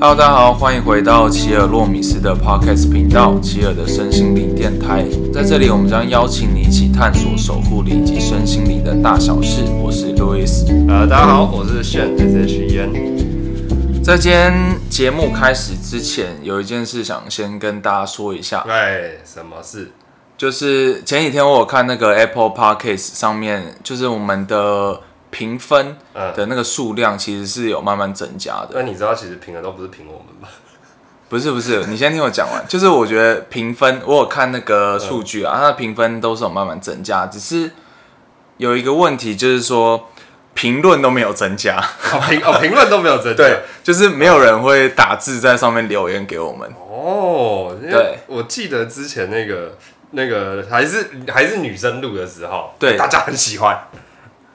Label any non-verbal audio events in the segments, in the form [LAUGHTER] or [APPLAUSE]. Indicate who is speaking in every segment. Speaker 1: Hello，大家好，欢迎回到奇尔洛米斯的 Podcast 频道——奇尔的身心灵电台。在这里，我们将邀请你一起探索守护灵及身心灵的大小事。我是 Louis。
Speaker 2: 呃，大家好，我是炫 S H E N。
Speaker 1: 在今天节目开始之前，有一件事想先跟大家说一下，
Speaker 2: 哎，什么事？
Speaker 1: 就是前几天我有看那个 Apple Podcast 上面，就是我们的评分
Speaker 2: 嗯
Speaker 1: 的那个数量其实是有慢慢增加的。
Speaker 2: 那你知道其实评的都不是评我们吧？ [LAUGHS]
Speaker 1: 不是不是，你先听我讲完。就是我觉得评分，我有看那个数据啊，它的评分都是有慢慢增加，只是有一个问题，就是说评论都没有增加，
Speaker 2: 哦评哦评论都没有增加。
Speaker 1: 对， [LAUGHS] 就是没有人会打字在上面留言给我们。
Speaker 2: 哦，因
Speaker 1: 对
Speaker 2: 为我记得之前那个那个还是还是女生录的时候，
Speaker 1: 对
Speaker 2: 大家很喜欢。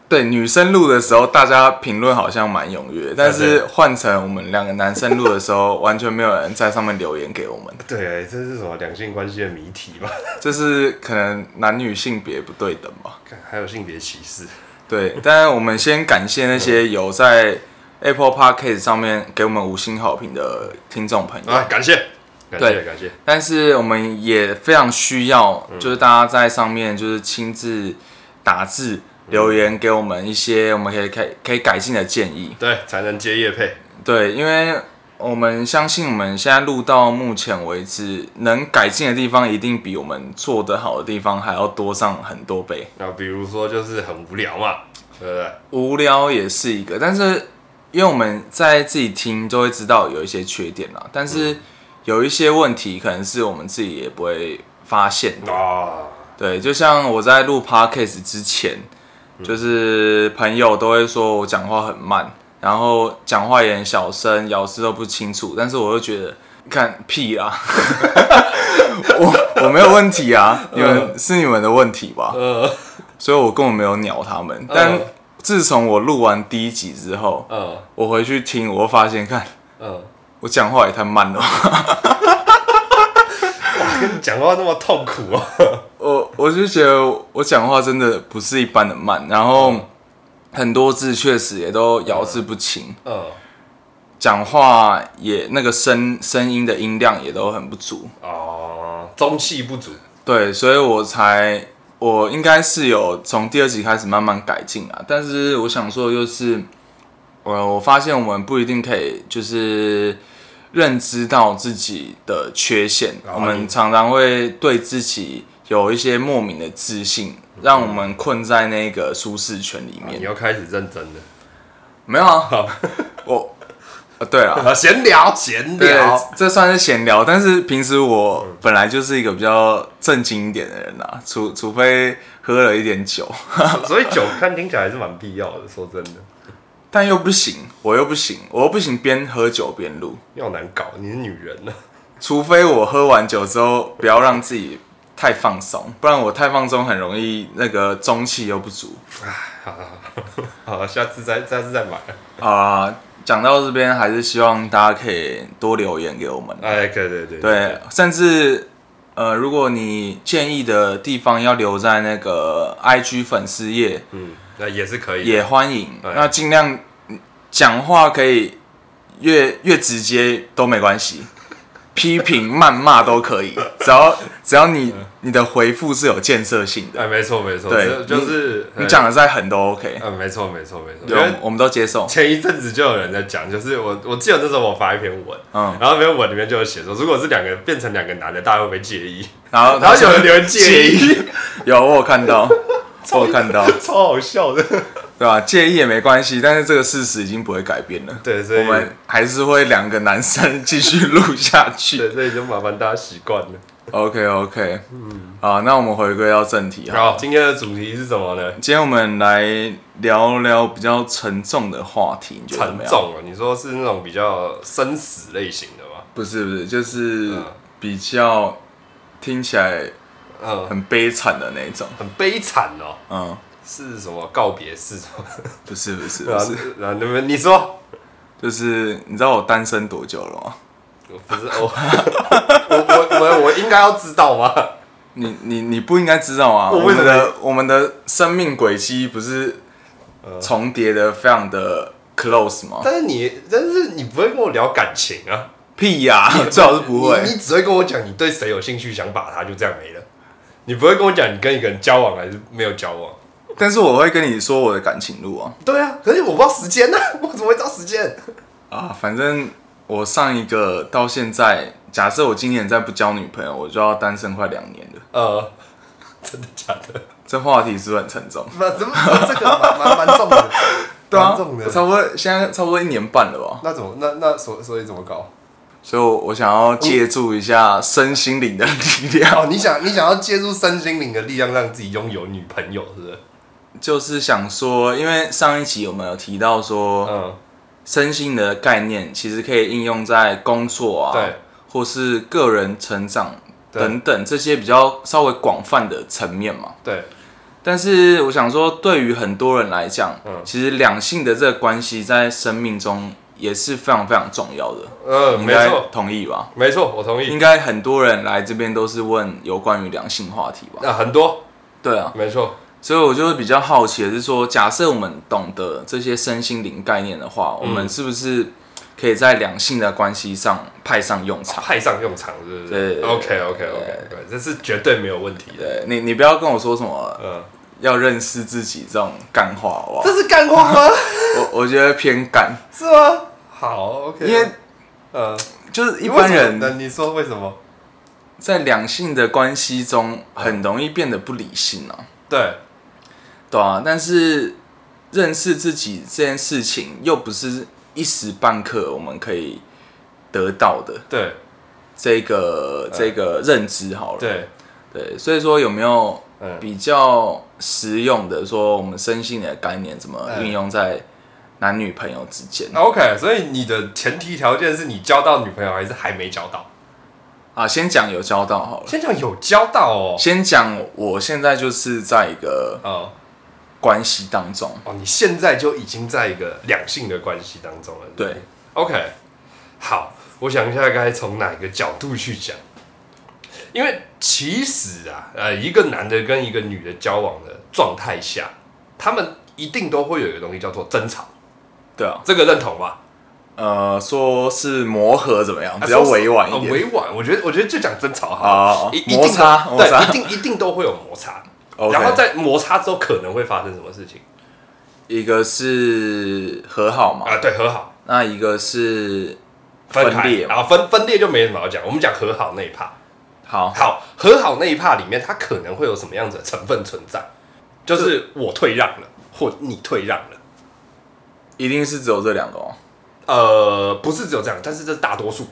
Speaker 1: 对，女生录的时候大家评论好像蛮踊跃，但是换成我们两个男生录的时候，完全没有人在上面留言给我们，
Speaker 2: 对，这是什么两性关系的谜题吧？
Speaker 1: 这是可能男女性别不对等吧。
Speaker 2: [LAUGHS] 看还有性别歧视。
Speaker 1: 对，但我们先感谢那些有在 Apple Podcast 上面给我们五星好评的听众朋友，
Speaker 2: 啊，感谢，感谢，
Speaker 1: 对
Speaker 2: 感谢。
Speaker 1: 但是我们也非常需要，就是大家在上面就是亲自打字留言给我们一些我们可以可以可以改进的建议。
Speaker 2: 对，才能接叶配。
Speaker 1: 对，因为我们相信我们现在录到目前为止，能改进的地方一定比我们做得好的地方还要多上很多倍。
Speaker 2: 那比如说就是很无聊嘛，对不对？
Speaker 1: 无聊也是一个，但是因为我们在自己听就会知道有一些缺点啦，但是有一些问题可能是我们自己也不会发现的。
Speaker 2: 啊，
Speaker 1: 对，就像我在录 podcast 之前，就是朋友都会说我讲话很慢，然后讲话也很小声，咬字都不清楚，但是我又觉得。看屁啦！我我没有问题啊，你们是你们的问题吧？
Speaker 2: 呃，
Speaker 1: 所以我根本没有鸟他们。但自从我录完第一集之后，
Speaker 2: 呃，
Speaker 1: 我回去听，我会发现，看
Speaker 2: 呃， [LAUGHS]
Speaker 1: 我讲话也太慢了吧。
Speaker 2: 跟你讲话那么痛苦哦。
Speaker 1: 我我就觉得我讲话真的不是一般的慢，然后很多字确实也都咬字不清，
Speaker 2: 嗯
Speaker 1: 讲话也那个声声音的音量也都很不足。
Speaker 2: 哦，中气不足。
Speaker 1: 对，所以我才我应该是有从第二集开始慢慢改进啊。但是我想说的就是，呃，我发现我们不一定可以就是认知到自己的缺陷，
Speaker 2: 啊
Speaker 1: 我们常常会对自己有一些莫名的自信，让我们困在那个舒适圈里
Speaker 2: 你
Speaker 1: 面。
Speaker 2: 要开始认真的。
Speaker 1: 没有啊，我。呃对啊，
Speaker 2: 啊，闲聊，闲
Speaker 1: 对
Speaker 2: 聊。，
Speaker 1: 这算是闲聊，但是平时我本来就是一个比较正经一点的人啦、啊除除非喝了一点酒，
Speaker 2: [LAUGHS] 所以酒看听起来还是蛮必要的，说真的，
Speaker 1: 但又不行，我又不行，我又不行边喝酒边录，
Speaker 2: 要难搞。你是女人呢、
Speaker 1: 除非我喝完酒之后不要让自己太放松，不然我太放松很容易那个中气又不足
Speaker 2: 好好好啊 [LAUGHS] 好好，下次再下次再买。
Speaker 1: 啊、讲到这边，还是希望大家可以多留言给我们，
Speaker 2: 哎，对对对
Speaker 1: 对，甚至呃，如果你建议的地方要留在那个 IG 粉丝页。
Speaker 2: 嗯，那也是可以的。
Speaker 1: 也欢迎。
Speaker 2: 对
Speaker 1: 那尽量嗯讲话可以越越直接都没关系，批评、谩骂都可以，只要只要你
Speaker 2: 嗯
Speaker 1: 你的回复是有建设性的，
Speaker 2: 哎，没错没错，
Speaker 1: 对
Speaker 2: 这就是
Speaker 1: 你讲的再狠都 OK，
Speaker 2: 哎嗯，没错没错没错。因
Speaker 1: 对，我
Speaker 2: 为
Speaker 1: 们我们都接受。
Speaker 2: 前一阵子就有人在讲，就是我我记得那时候我发一篇文，
Speaker 1: 嗯
Speaker 2: 然后那篇文里面就有写说，如果是两个变成两个男的，大家会不会介意？ [LAUGHS]
Speaker 1: 然后
Speaker 2: 然后有人留言介意，
Speaker 1: 有我有看到，我有看到，
Speaker 2: 超好笑的。
Speaker 1: 对吧？介意也没关系，但是这个事实已经不会改变了。
Speaker 2: 对，所以
Speaker 1: 我们还是会两个男生 [LAUGHS] 继续录下去。
Speaker 2: 对，所以就麻烦大家习惯了。
Speaker 1: OK OK，嗯，好，那我们回归到正题哈。
Speaker 2: 好，今天的主题是什么呢？
Speaker 1: 今天我们来聊聊比较沉重的话题，你觉得怎
Speaker 2: 沉
Speaker 1: 么样？
Speaker 2: 重啊，你说是那种比较生死类型的吗？
Speaker 1: 不是不是，就是
Speaker 2: 嗯
Speaker 1: 比较听起来
Speaker 2: 嗯，
Speaker 1: 很悲惨的那一种。
Speaker 2: 很悲惨哦，
Speaker 1: 嗯，
Speaker 2: 是什么告别式？
Speaker 1: 不是不是
Speaker 2: 然
Speaker 1: 不
Speaker 2: 后 [LAUGHS]
Speaker 1: 是，
Speaker 2: 然后你们你说，
Speaker 1: 就是你知道我单身多久了吗？
Speaker 2: 不是我我我我我应该要知道吗？
Speaker 1: 你你你不应该知道啊！
Speaker 2: 我
Speaker 1: 我
Speaker 2: 为什
Speaker 1: 们
Speaker 2: 么
Speaker 1: 的我们的生命轨迹不是重叠的非常的 close 吗？
Speaker 2: 呃但是你，但是你不会跟我聊感情啊，
Speaker 1: 屁呀、 [LAUGHS] 最好是不会
Speaker 2: 你，。你只会跟我讲你对谁有兴趣，想把他就这样没了。你不会跟我讲你跟一个人交往还是没有交往。
Speaker 1: 但是我会跟你说我的感情路啊
Speaker 2: 对啊，可是我不知道时间呢、啊，我怎么会知道时间？
Speaker 1: 啊，反正我上一个到现在，假设我今年再不交女朋友，我就要单身快两年了。
Speaker 2: 呃，真的假的？
Speaker 1: 这话题是不是很沉重？
Speaker 2: 那怎么这个蛮蛮蛮重的？
Speaker 1: [LAUGHS] 对啊，
Speaker 2: 蛮重
Speaker 1: 我差
Speaker 2: 的。
Speaker 1: 不多现在差不多一年半了吧，
Speaker 2: 那怎么那那所所以怎么搞？
Speaker 1: 所以我我想要借助一下身心灵的力量， [LAUGHS]
Speaker 2: 哦，你想你想要借助身心灵的力量，让自己拥有女朋友，是不是？
Speaker 1: 就是想说，因为上一集我们有提到说，
Speaker 2: 嗯，
Speaker 1: 身心的概念其实可以应用在工作啊，
Speaker 2: 嗯对，
Speaker 1: 或是个人成长
Speaker 2: 对
Speaker 1: 等等这些比较稍微广泛的层面嘛。
Speaker 2: 对，
Speaker 1: 但是我想说，对于很多人来讲，
Speaker 2: 嗯
Speaker 1: 其实两性的这个关系在生命中也是非常非常重要的，
Speaker 2: 嗯，
Speaker 1: 你应
Speaker 2: 没
Speaker 1: 该
Speaker 2: 错，
Speaker 1: 同意吧？
Speaker 2: 没错，我同意。
Speaker 1: 应该很多人来这边都是问有关于两性话题吧？
Speaker 2: 那、很多，
Speaker 1: 对啊，
Speaker 2: 没错，
Speaker 1: 所以我就比较好奇的是说，假设我们懂得这些身心灵概念的话，
Speaker 2: 嗯
Speaker 1: 我们是不是可以在两性的关系上派上用场？
Speaker 2: 派上用场，是不是？
Speaker 1: 对
Speaker 2: o k OK OK，对，这是绝对没有问题的。
Speaker 1: 对你，你不要跟我说什么
Speaker 2: 嗯，
Speaker 1: 要认识自己这种干话，好
Speaker 2: [LAUGHS]
Speaker 1: 不好？
Speaker 2: 这是干话
Speaker 1: [LAUGHS]
Speaker 2: 吗？
Speaker 1: 我我觉得偏干，
Speaker 2: 是吗？好，OK。
Speaker 1: 因为
Speaker 2: 呃，
Speaker 1: 就是一
Speaker 2: 为
Speaker 1: 般
Speaker 2: 什么
Speaker 1: 人
Speaker 2: 那你说为什么？
Speaker 1: 在两性的关系中很容易变得不理性啊，
Speaker 2: 对，
Speaker 1: 对啊，但是认识自己这件事情又不是一时半刻我们可以得到的，
Speaker 2: 对，
Speaker 1: 这个这个认知好了。
Speaker 2: 对，
Speaker 1: 对所以说有没有
Speaker 2: 嗯
Speaker 1: 比较实用的说我们身心的概念怎么运用在男女朋友之间、
Speaker 2: OK，所以你的前提条件是你交到女朋友还是还没交到？
Speaker 1: 啊？先讲有交到好了，
Speaker 2: 先讲有交到哦。
Speaker 1: 先讲我现在就是在一个
Speaker 2: 哦
Speaker 1: 关系当中，
Speaker 2: 哦，你现在就已经在一个两性的关系当中了。是不是
Speaker 1: 对
Speaker 2: ，OK，好，我想一下该从哪个角度去讲，因为其实啊，呃，一个男的跟一个女的交往的状态下，他们一定都会有一个东西叫做争吵，
Speaker 1: 对啊，
Speaker 2: 这个认同吧？
Speaker 1: 呃，说是磨合怎么样，
Speaker 2: 啊
Speaker 1: 比较委婉一
Speaker 2: 说
Speaker 1: 点
Speaker 2: 是哦委婉，我觉得我觉得就讲争吵好
Speaker 1: 哦
Speaker 2: 了，一一定
Speaker 1: 摩擦
Speaker 2: 都
Speaker 1: 摩擦
Speaker 2: 对，一定一定都会有摩擦。
Speaker 1: OK
Speaker 2: 然后在摩擦之后可能会发生什么事情
Speaker 1: 一个是和好嘛，
Speaker 2: 啊？对，和好
Speaker 1: 那一个是
Speaker 2: 开
Speaker 1: 哦分裂哦嘛
Speaker 2: 然后分分裂就没什么好讲，我们讲和好那一趴。
Speaker 1: 好，
Speaker 2: 好，和好那一趴里面，它可能会有什么样子的成分存在？就是我退让了，或你退让了。
Speaker 1: 一定是只有这两个哦，
Speaker 2: 呃，不是只有这样，但是这是大多数。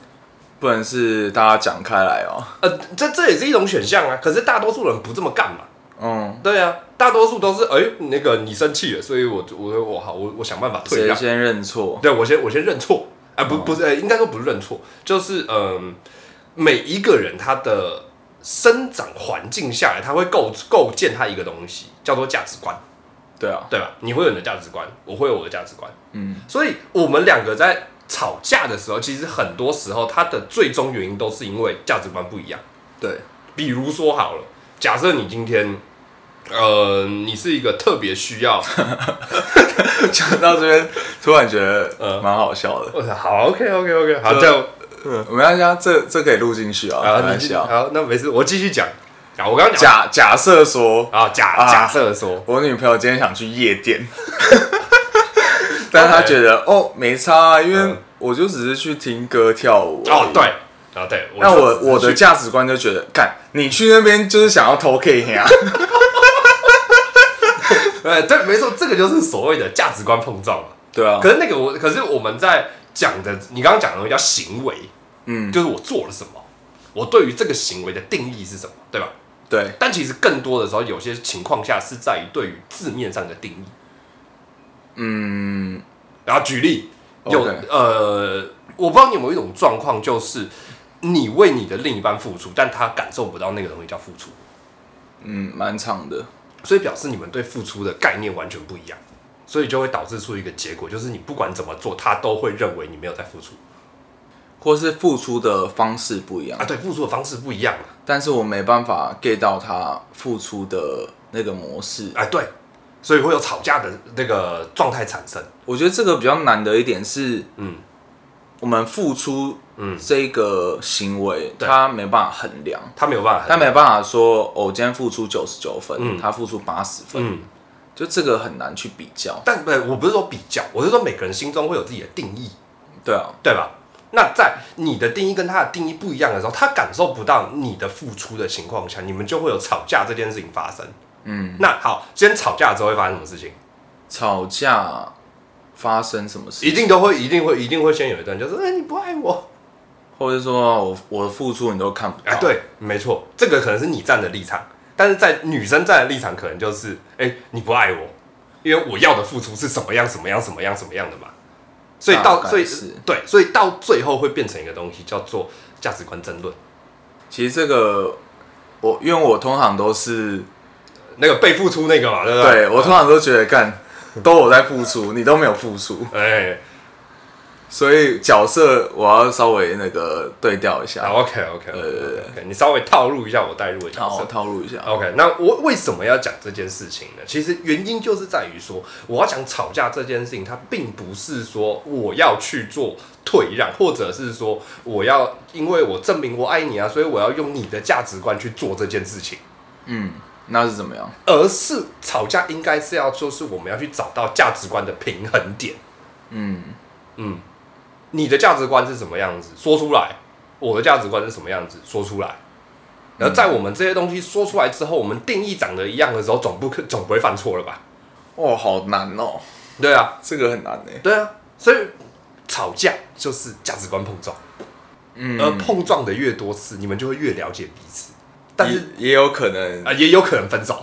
Speaker 1: 不能是大家讲开来哦。
Speaker 2: 呃，这这也是一种选项啊。可是大多数人不这么干嘛？
Speaker 1: 嗯，
Speaker 2: 对啊，大多数都是哎、那个你生气了，所以我我我好，我我想办法退
Speaker 1: 谁
Speaker 2: 让。
Speaker 1: 先认错？
Speaker 2: 对我先我先认错，啊、
Speaker 1: 哦
Speaker 2: 不不是，呃应该说不是认错，就是嗯、每一个人他的生长环境下来，他会构构建他一个东西，叫做价值观，
Speaker 1: 对啊，
Speaker 2: 对吧？你会有你的价值观，我会有我的价值观，
Speaker 1: 嗯，
Speaker 2: 所以我们两个在吵架的时候，其实很多时候它的最终原因都是因为价值观不一样。
Speaker 1: 对，
Speaker 2: 比如说好了，假设你今天，呃，你是一个特别需
Speaker 1: [LAUGHS]
Speaker 2: 要，
Speaker 1: 讲到这边突然觉得
Speaker 2: 嗯
Speaker 1: 蛮好笑的。
Speaker 2: 我说好，OK OK OK，好，
Speaker 1: 就
Speaker 2: 这样
Speaker 1: 我们大家这这可以录进嗯去啊，开
Speaker 2: 啊，
Speaker 1: 玩
Speaker 2: 你继
Speaker 1: 笑。
Speaker 2: 好，那没事，我继续讲。啊，我刚刚讲
Speaker 1: 假假设说，
Speaker 2: 啊，假
Speaker 1: 啊
Speaker 2: 假设说，
Speaker 1: 我女朋友今天想去夜
Speaker 2: [LAUGHS]
Speaker 1: 店，但是她觉得哦没差啊，因为
Speaker 2: 嗯
Speaker 1: 我就只是去听歌跳舞。
Speaker 2: 哦，。对，啊对，
Speaker 1: 那
Speaker 2: 就
Speaker 1: 我
Speaker 2: 只是
Speaker 1: 我的
Speaker 2: 去
Speaker 1: 价值观就觉得，干你去那边就是想要偷 K 啊呀，
Speaker 2: [LAUGHS] 哎对，没错，这个就是所谓的价值观碰撞嘛。
Speaker 1: 对啊，
Speaker 2: 可是那个我，可是我们在讲的，你刚刚讲的东西叫行为，
Speaker 1: 嗯，
Speaker 2: 就是我做了什么，我对于这个行为的定义是什么，对吧？
Speaker 1: 对，
Speaker 2: 但其实更多的时候，有些情况下是在于对于字面上的定义。
Speaker 1: 嗯，
Speaker 2: 然后举例，有
Speaker 1: OK
Speaker 2: 呃，我不知道你有没有一种状况，就是你为你的另一半付出，但他感受不到那个东西叫付出，
Speaker 1: 嗯，蛮长的，
Speaker 2: 所以表示你们对付出的概念完全不一样，所以就会导致出一个结果，就是你不管怎么做，他都会认为你没有在付出
Speaker 1: 或是付出的方式不一样
Speaker 2: 啊。。对，付出的方式不一样啊，
Speaker 1: 但是我没办法 get 到他付出的那个模式，
Speaker 2: 啊对，所以会有吵架的那个状态产生。
Speaker 1: 我觉得这个比较难的一点是，
Speaker 2: 嗯，
Speaker 1: 我们付出
Speaker 2: 嗯，
Speaker 1: 这个行为，
Speaker 2: 对
Speaker 1: 它没办法衡量，
Speaker 2: 他没有办法
Speaker 1: 他
Speaker 2: 很，
Speaker 1: 没办法说，哦我今天付出九十九分，
Speaker 2: 嗯
Speaker 1: 他付出八十分，
Speaker 2: 嗯，
Speaker 1: 就这个很难去比较。
Speaker 2: 但不，我不是说比较，我是说每个人心中会有自己的定义，
Speaker 1: 对啊，
Speaker 2: 对吧？那在你的定义跟他的定义不一样的时候，他感受不到你的付出的情况下，你们就会有吵架这件事情发生。
Speaker 1: 嗯，
Speaker 2: 那好，今天吵架之后会发生什么事情？
Speaker 1: 吵架发生什么事
Speaker 2: 一
Speaker 1: 情，
Speaker 2: 定都会，一定会，一定会先有一段就是，哎、你不爱我，
Speaker 1: 或者说我我的付出你都看不
Speaker 2: 哎、
Speaker 1: 到，
Speaker 2: 对，没错，这个可能是你站的立场，但是在女生站的立场可能就是，哎、你不爱我，因为我要的付出是什么样、什么样、什么样、什么样的嘛，所以到
Speaker 1: 大概
Speaker 2: 所以
Speaker 1: 是
Speaker 2: 对，所以到最后会变成一个东西叫做价值观争论，
Speaker 1: 其实这个我因为我通常都是，
Speaker 2: 那个被付出那个嘛，对不对？
Speaker 1: 对我通常都觉得干。都我在付出，你都没有付出，
Speaker 2: 哎、
Speaker 1: 所以角色我要稍微那个对调一下，
Speaker 2: o k OK，OK，你稍微套路一下我带入的角
Speaker 1: 好
Speaker 2: 色。
Speaker 1: 套路一下。
Speaker 2: OK，那我为什么要讲这件事情呢？其实原因就是在于说，我要讲吵架这件事情，它并不是说我要去做退让，或者是说我要因为我证明我爱你啊，所以我要用你的价值观去做这件事情，
Speaker 1: 嗯，那是怎么样？
Speaker 2: 而是吵架应该是要就是我们要去找到价值观的平衡点。
Speaker 1: 嗯，
Speaker 2: 嗯，你的价值观是什么样子？说出来。我的价值观是什么样子？说出来。然后在我们这些东西说出来之后，我们定义长得一样的时候，总不可总不会犯错了吧？
Speaker 1: 哦，好难哦，
Speaker 2: 对啊，
Speaker 1: 这个很难欸诶。
Speaker 2: 对啊。所以吵架就是价值观碰撞，
Speaker 1: 嗯，
Speaker 2: 而碰撞的越多次，你们就会越了解彼此。但是
Speaker 1: 也也有可能，
Speaker 2: 啊，也有可能分手。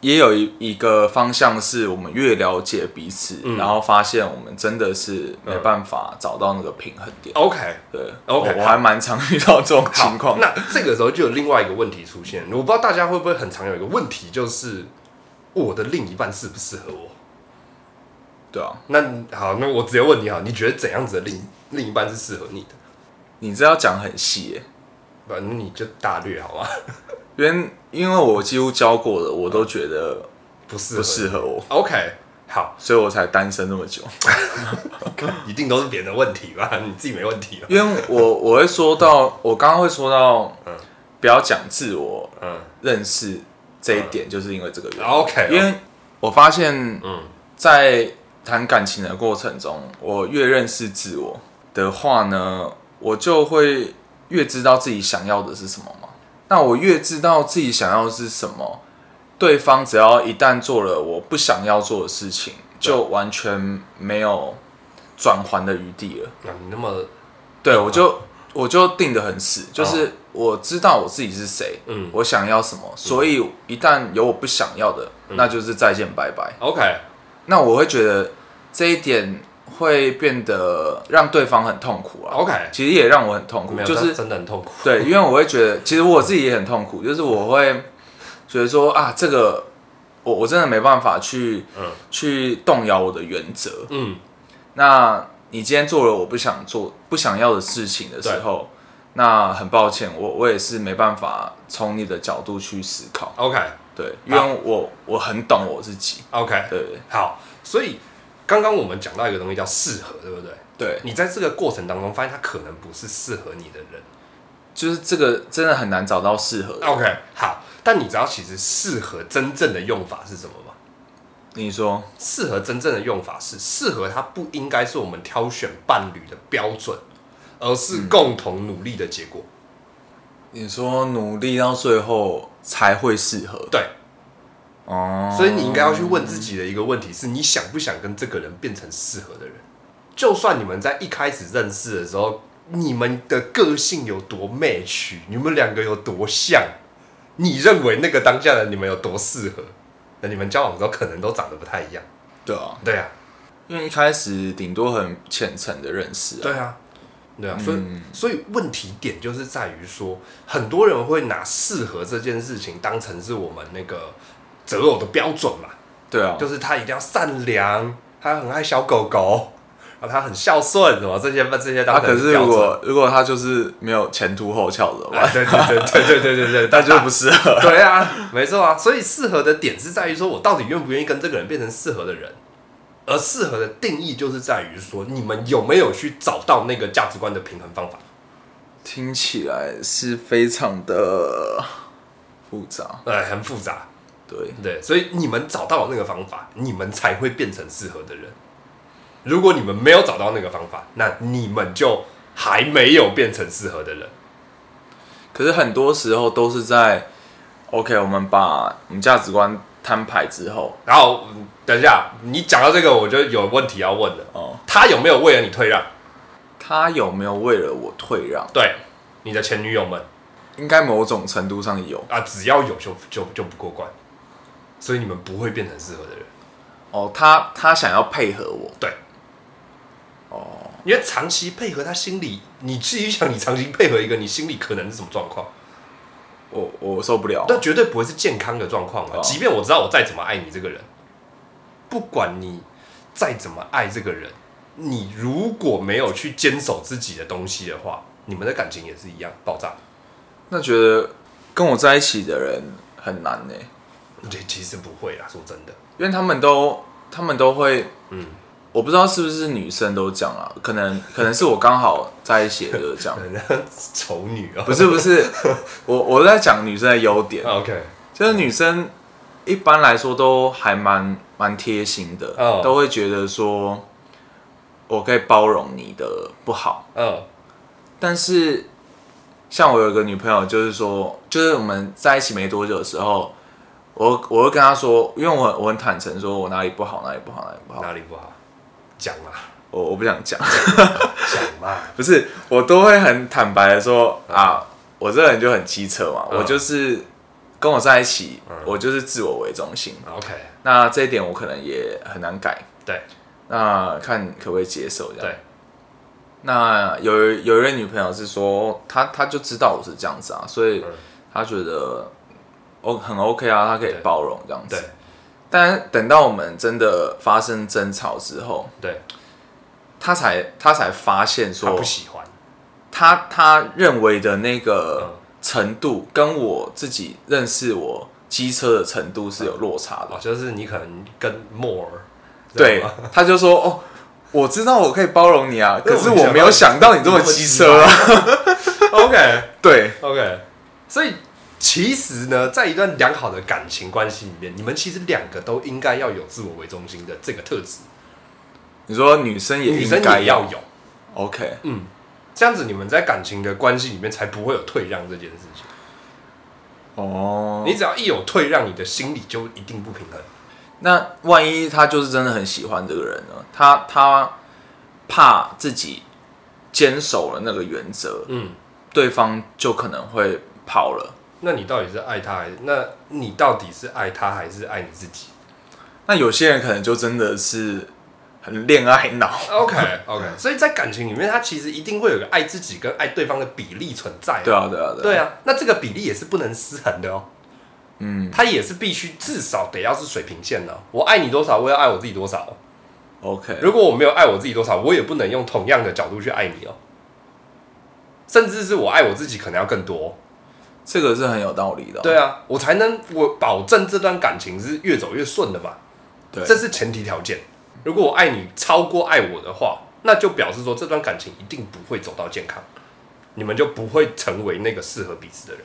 Speaker 1: 也有一一个方向是我们越了解彼此，
Speaker 2: 嗯
Speaker 1: 然后发现我们真的是没办法找到那个平衡点。
Speaker 2: OK，
Speaker 1: 对
Speaker 2: OK，
Speaker 1: 我我还蛮常遇到这种情况。
Speaker 2: 那这个时候就有另外一个问题出现，我不知道大家会不会很常有一个问题，就是我的另一半适不适合我？
Speaker 1: 对啊，
Speaker 2: 那你好，那我直接问你好，你觉得怎样子的另另一半是适合你的？
Speaker 1: 你这要讲很细耶，
Speaker 2: 反正你就大略好吗？ [LAUGHS]
Speaker 1: 因因为我几乎教过的，我都觉得
Speaker 2: 不适合，
Speaker 1: 不适合我，
Speaker 2: OK，好，
Speaker 1: 所以我才单身那么
Speaker 2: [LAUGHS]
Speaker 1: 久。
Speaker 2: 一定都是别人的问题吧？ [LAUGHS] 你自己没问题吧？
Speaker 1: 因为我我会说到，我刚刚会说到
Speaker 2: 嗯，
Speaker 1: 不要讲自我
Speaker 2: 嗯
Speaker 1: 认识这一点，就是因为这个原因。
Speaker 2: ，OK，
Speaker 1: 因为我发现
Speaker 2: 嗯
Speaker 1: 在谈感情的过程中，我越认识自我的话呢，我就会越知道自己想要的是什么嘛。那我越知道自己想要的是什么，对方只要一旦做了我不想要做的事情，就完全没有转圜的余地了。
Speaker 2: 那你那么
Speaker 1: 对，
Speaker 2: 嗯
Speaker 1: 我就我就定得很死，就是我知道我自己是谁，
Speaker 2: 哦嗯
Speaker 1: 我想要什么，所以一旦有我不想要的，
Speaker 2: 嗯
Speaker 1: 那就是再见拜拜。
Speaker 2: OK，
Speaker 1: 那我会觉得这一点会变得让对方很痛苦啊。
Speaker 2: OK
Speaker 1: 其实也让我很痛苦
Speaker 2: 哦没，有，
Speaker 1: 就
Speaker 2: 这
Speaker 1: 是
Speaker 2: 真的很痛苦。
Speaker 1: 对，因为我会觉得，其实我自己也很痛苦，就是我会觉得说啊，这个我我真的没办法去、
Speaker 2: 嗯
Speaker 1: 去动摇我的原则。
Speaker 2: 嗯，
Speaker 1: 那你今天做了我不想做、不想要的事情的时候，那很抱歉，我我也是没办法从你的角度去思考，
Speaker 2: ，OK
Speaker 1: 对，因为我我很懂我自己，
Speaker 2: OK，
Speaker 1: 对
Speaker 2: 好，所以刚刚我们讲到一个东西叫适合，对不对？
Speaker 1: 对，
Speaker 2: 你在这个过程当中发现他可能不是适合你的人。
Speaker 1: 就是这个真的很难找到适合的。
Speaker 2: OK，好，但你知道其实适合真正的用法是什么吗？
Speaker 1: 你说，
Speaker 2: 适合真正的用法是适合，它不应该是我们挑选伴侣的标准，而是共同努力的结果。
Speaker 1: 你说努力到最后才会适合
Speaker 2: 对，
Speaker 1: 哦，
Speaker 2: 所以你应该要去问自己的一个问题是：你想不想跟这个人变成适合的人？就算你们在一开始认识的时候，你们的个性有多 match，你们两个有多像，你认为那个当下的你们有多适合，那你们交往之后可能都长得不太一样。
Speaker 1: 对啊，
Speaker 2: 对啊，
Speaker 1: 因为一开始顶多很浅层的认识、啊，
Speaker 2: 对啊，对啊，所以、所以问题点就是在于说，很多人会拿适合这件事情当成是我们那个择偶的标准嘛，
Speaker 1: 对啊，
Speaker 2: 就是他一定要善良，他很爱小狗狗，啊，他很孝顺，什么这些这些当
Speaker 1: 他
Speaker 2: 成
Speaker 1: 啊可是
Speaker 2: 标
Speaker 1: 如
Speaker 2: 准
Speaker 1: 果如果他就是没有前凸后翘的
Speaker 2: 啊
Speaker 1: 话，
Speaker 2: 对对对对对对对对，
Speaker 1: 那就不适合。
Speaker 2: 对啊，没错啊，所以适合的点是在于说我到底愿不愿意跟这个人变成适合的人，而适合的定义就是在于说你们有没有去找到那个价值观的平衡方法。
Speaker 1: 听起来是非常的复杂，
Speaker 2: 哎，很复杂，
Speaker 1: 对，
Speaker 2: 对，所以你们找到了那个方法，你们才会变成适合的人。如果你们没有找到那个方法，那你们就还没有变成适合的人。
Speaker 1: 可是很多时候都是在 OK，我们把我们价值观摊牌之后，
Speaker 2: 然后，嗯等一下，你讲到这个，我就有问题要问了。
Speaker 1: 哦，
Speaker 2: 他有没有为了你退让？
Speaker 1: 他有没有为了我退让？
Speaker 2: 对，你的前女友们
Speaker 1: 应该某种程度上有
Speaker 2: 啊，只要有就就就不过关，所以你们不会变成适合的人。
Speaker 1: 哦，他他想要配合我，
Speaker 2: 对，
Speaker 1: 哦，
Speaker 2: 因为长期配合他心里，你自己想，你长期配合一个，你心里可能是什么状况？
Speaker 1: 我我受不了，
Speaker 2: 那绝对不会是健康的状况嘛。
Speaker 1: 哦
Speaker 2: 即便我知道我再怎么爱你这个人，不管你再怎么爱这个人，你如果没有去坚守自己的东西的话，你们的感情也是一样爆炸。
Speaker 1: 那觉得跟我在一起的人很难呢、
Speaker 2: 对，其实不会啦，说真的，
Speaker 1: 因为他们都他们都会，
Speaker 2: 嗯
Speaker 1: 嗯，我不知道是不是女生都这样啊，可能可能是我刚好在一起的就是这样，
Speaker 2: 嗯 [LAUGHS] 丑女哦、啊
Speaker 1: 不
Speaker 2: [LAUGHS]
Speaker 1: 是不是，我我在讲女生的优点，
Speaker 2: OK，
Speaker 1: 就是女生一般来说都还蛮蛮贴心的，
Speaker 2: 嗯
Speaker 1: 都会觉得说我可以包容你的不好，
Speaker 2: 嗯，
Speaker 1: 但是像我有一个女朋友，就是说，就是我们在一起没多久的时候，我我会跟她说，因为我我很坦诚，说我哪里不好，哪里不好，哪里不好，
Speaker 2: 哪里不好？讲嘛，
Speaker 1: 我我不想讲，
Speaker 2: [LAUGHS] 讲嘛，
Speaker 1: 不是，我都会很坦白的说啊，我这个人就很机车嘛，
Speaker 2: 嗯
Speaker 1: 我就是跟我在一起
Speaker 2: 嗯，
Speaker 1: 我就是自我为中心，
Speaker 2: 啊 OK，
Speaker 1: 那这一点我可能也很难改，
Speaker 2: 对
Speaker 1: 那看可不可以接受这样。
Speaker 2: 对，
Speaker 1: 那有一有一位女朋友是说，她她就知道我是这样子啊，所以
Speaker 2: 嗯
Speaker 1: 她觉得 O 很 OK 啊，她可以
Speaker 2: 对
Speaker 1: 包容这样子
Speaker 2: 对。
Speaker 1: 但等到我们真的发生争吵之后，
Speaker 2: 对，
Speaker 1: 她才她才发现
Speaker 2: 他
Speaker 1: 说
Speaker 2: 不，喜欢，
Speaker 1: 她她认为的那
Speaker 2: 嗯
Speaker 1: 个程度跟我自己认识我机车的程度是有落差的
Speaker 2: 哦，。就是你可能跟 more，
Speaker 1: 对
Speaker 2: 知道吗，
Speaker 1: 她就说哦。我知道我可以包容你
Speaker 2: [LAUGHS]
Speaker 1: 啊，可是我没有想到你这么机车啊。
Speaker 2: ，OK。
Speaker 1: [LAUGHS] 对，
Speaker 2: OK，所以其实呢，在一段良好的感情关系里面，你们其实两个都应该要有自我为中心的这个特质，
Speaker 1: 你说女生也
Speaker 2: 女
Speaker 1: 应
Speaker 2: 生
Speaker 1: 该
Speaker 2: 也要有，
Speaker 1: OK，
Speaker 2: 嗯，这样子你们在感情的关系里面才不会有退让这件事情。
Speaker 1: 哦
Speaker 2: 你只要一有退让，你的心理就一定不平衡。
Speaker 1: 那万一他就是真的很喜欢这个人呢？他他怕自己坚守了那个原则，
Speaker 2: 嗯，
Speaker 1: 对方就可能会跑了。
Speaker 2: 那你到底是爱他还是？那你到底是爱他还是爱你自己
Speaker 1: 那有些人可能就真的是很恋爱脑，
Speaker 2: [LAUGHS] ？OK
Speaker 1: [LAUGHS]
Speaker 2: OK，所以在感情里面，它其实一定会有个爱自己跟爱对方的比例存在。
Speaker 1: 对啊，对啊，
Speaker 2: 对
Speaker 1: 啊，
Speaker 2: 啊，那这个比例也是不能失衡的哦。
Speaker 1: 嗯
Speaker 2: 它也是必须至少得要是水平线呢、我爱你多少，我要爱我自己多少哦。
Speaker 1: ，OK，
Speaker 2: 如果我没有爱我自己多少，我也不能用同样的角度去爱你哦。甚至是我爱我自己，可能要更多。哦
Speaker 1: 这个是很有道理的哦、
Speaker 2: 对啊，我才能我保证这段感情是越走越顺的嘛。
Speaker 1: 对
Speaker 2: 这是前提条件。如果我爱你超过爱我的话，那就表示说这段感情一定不会走到健康，你们就不会成为那个适合彼此的人。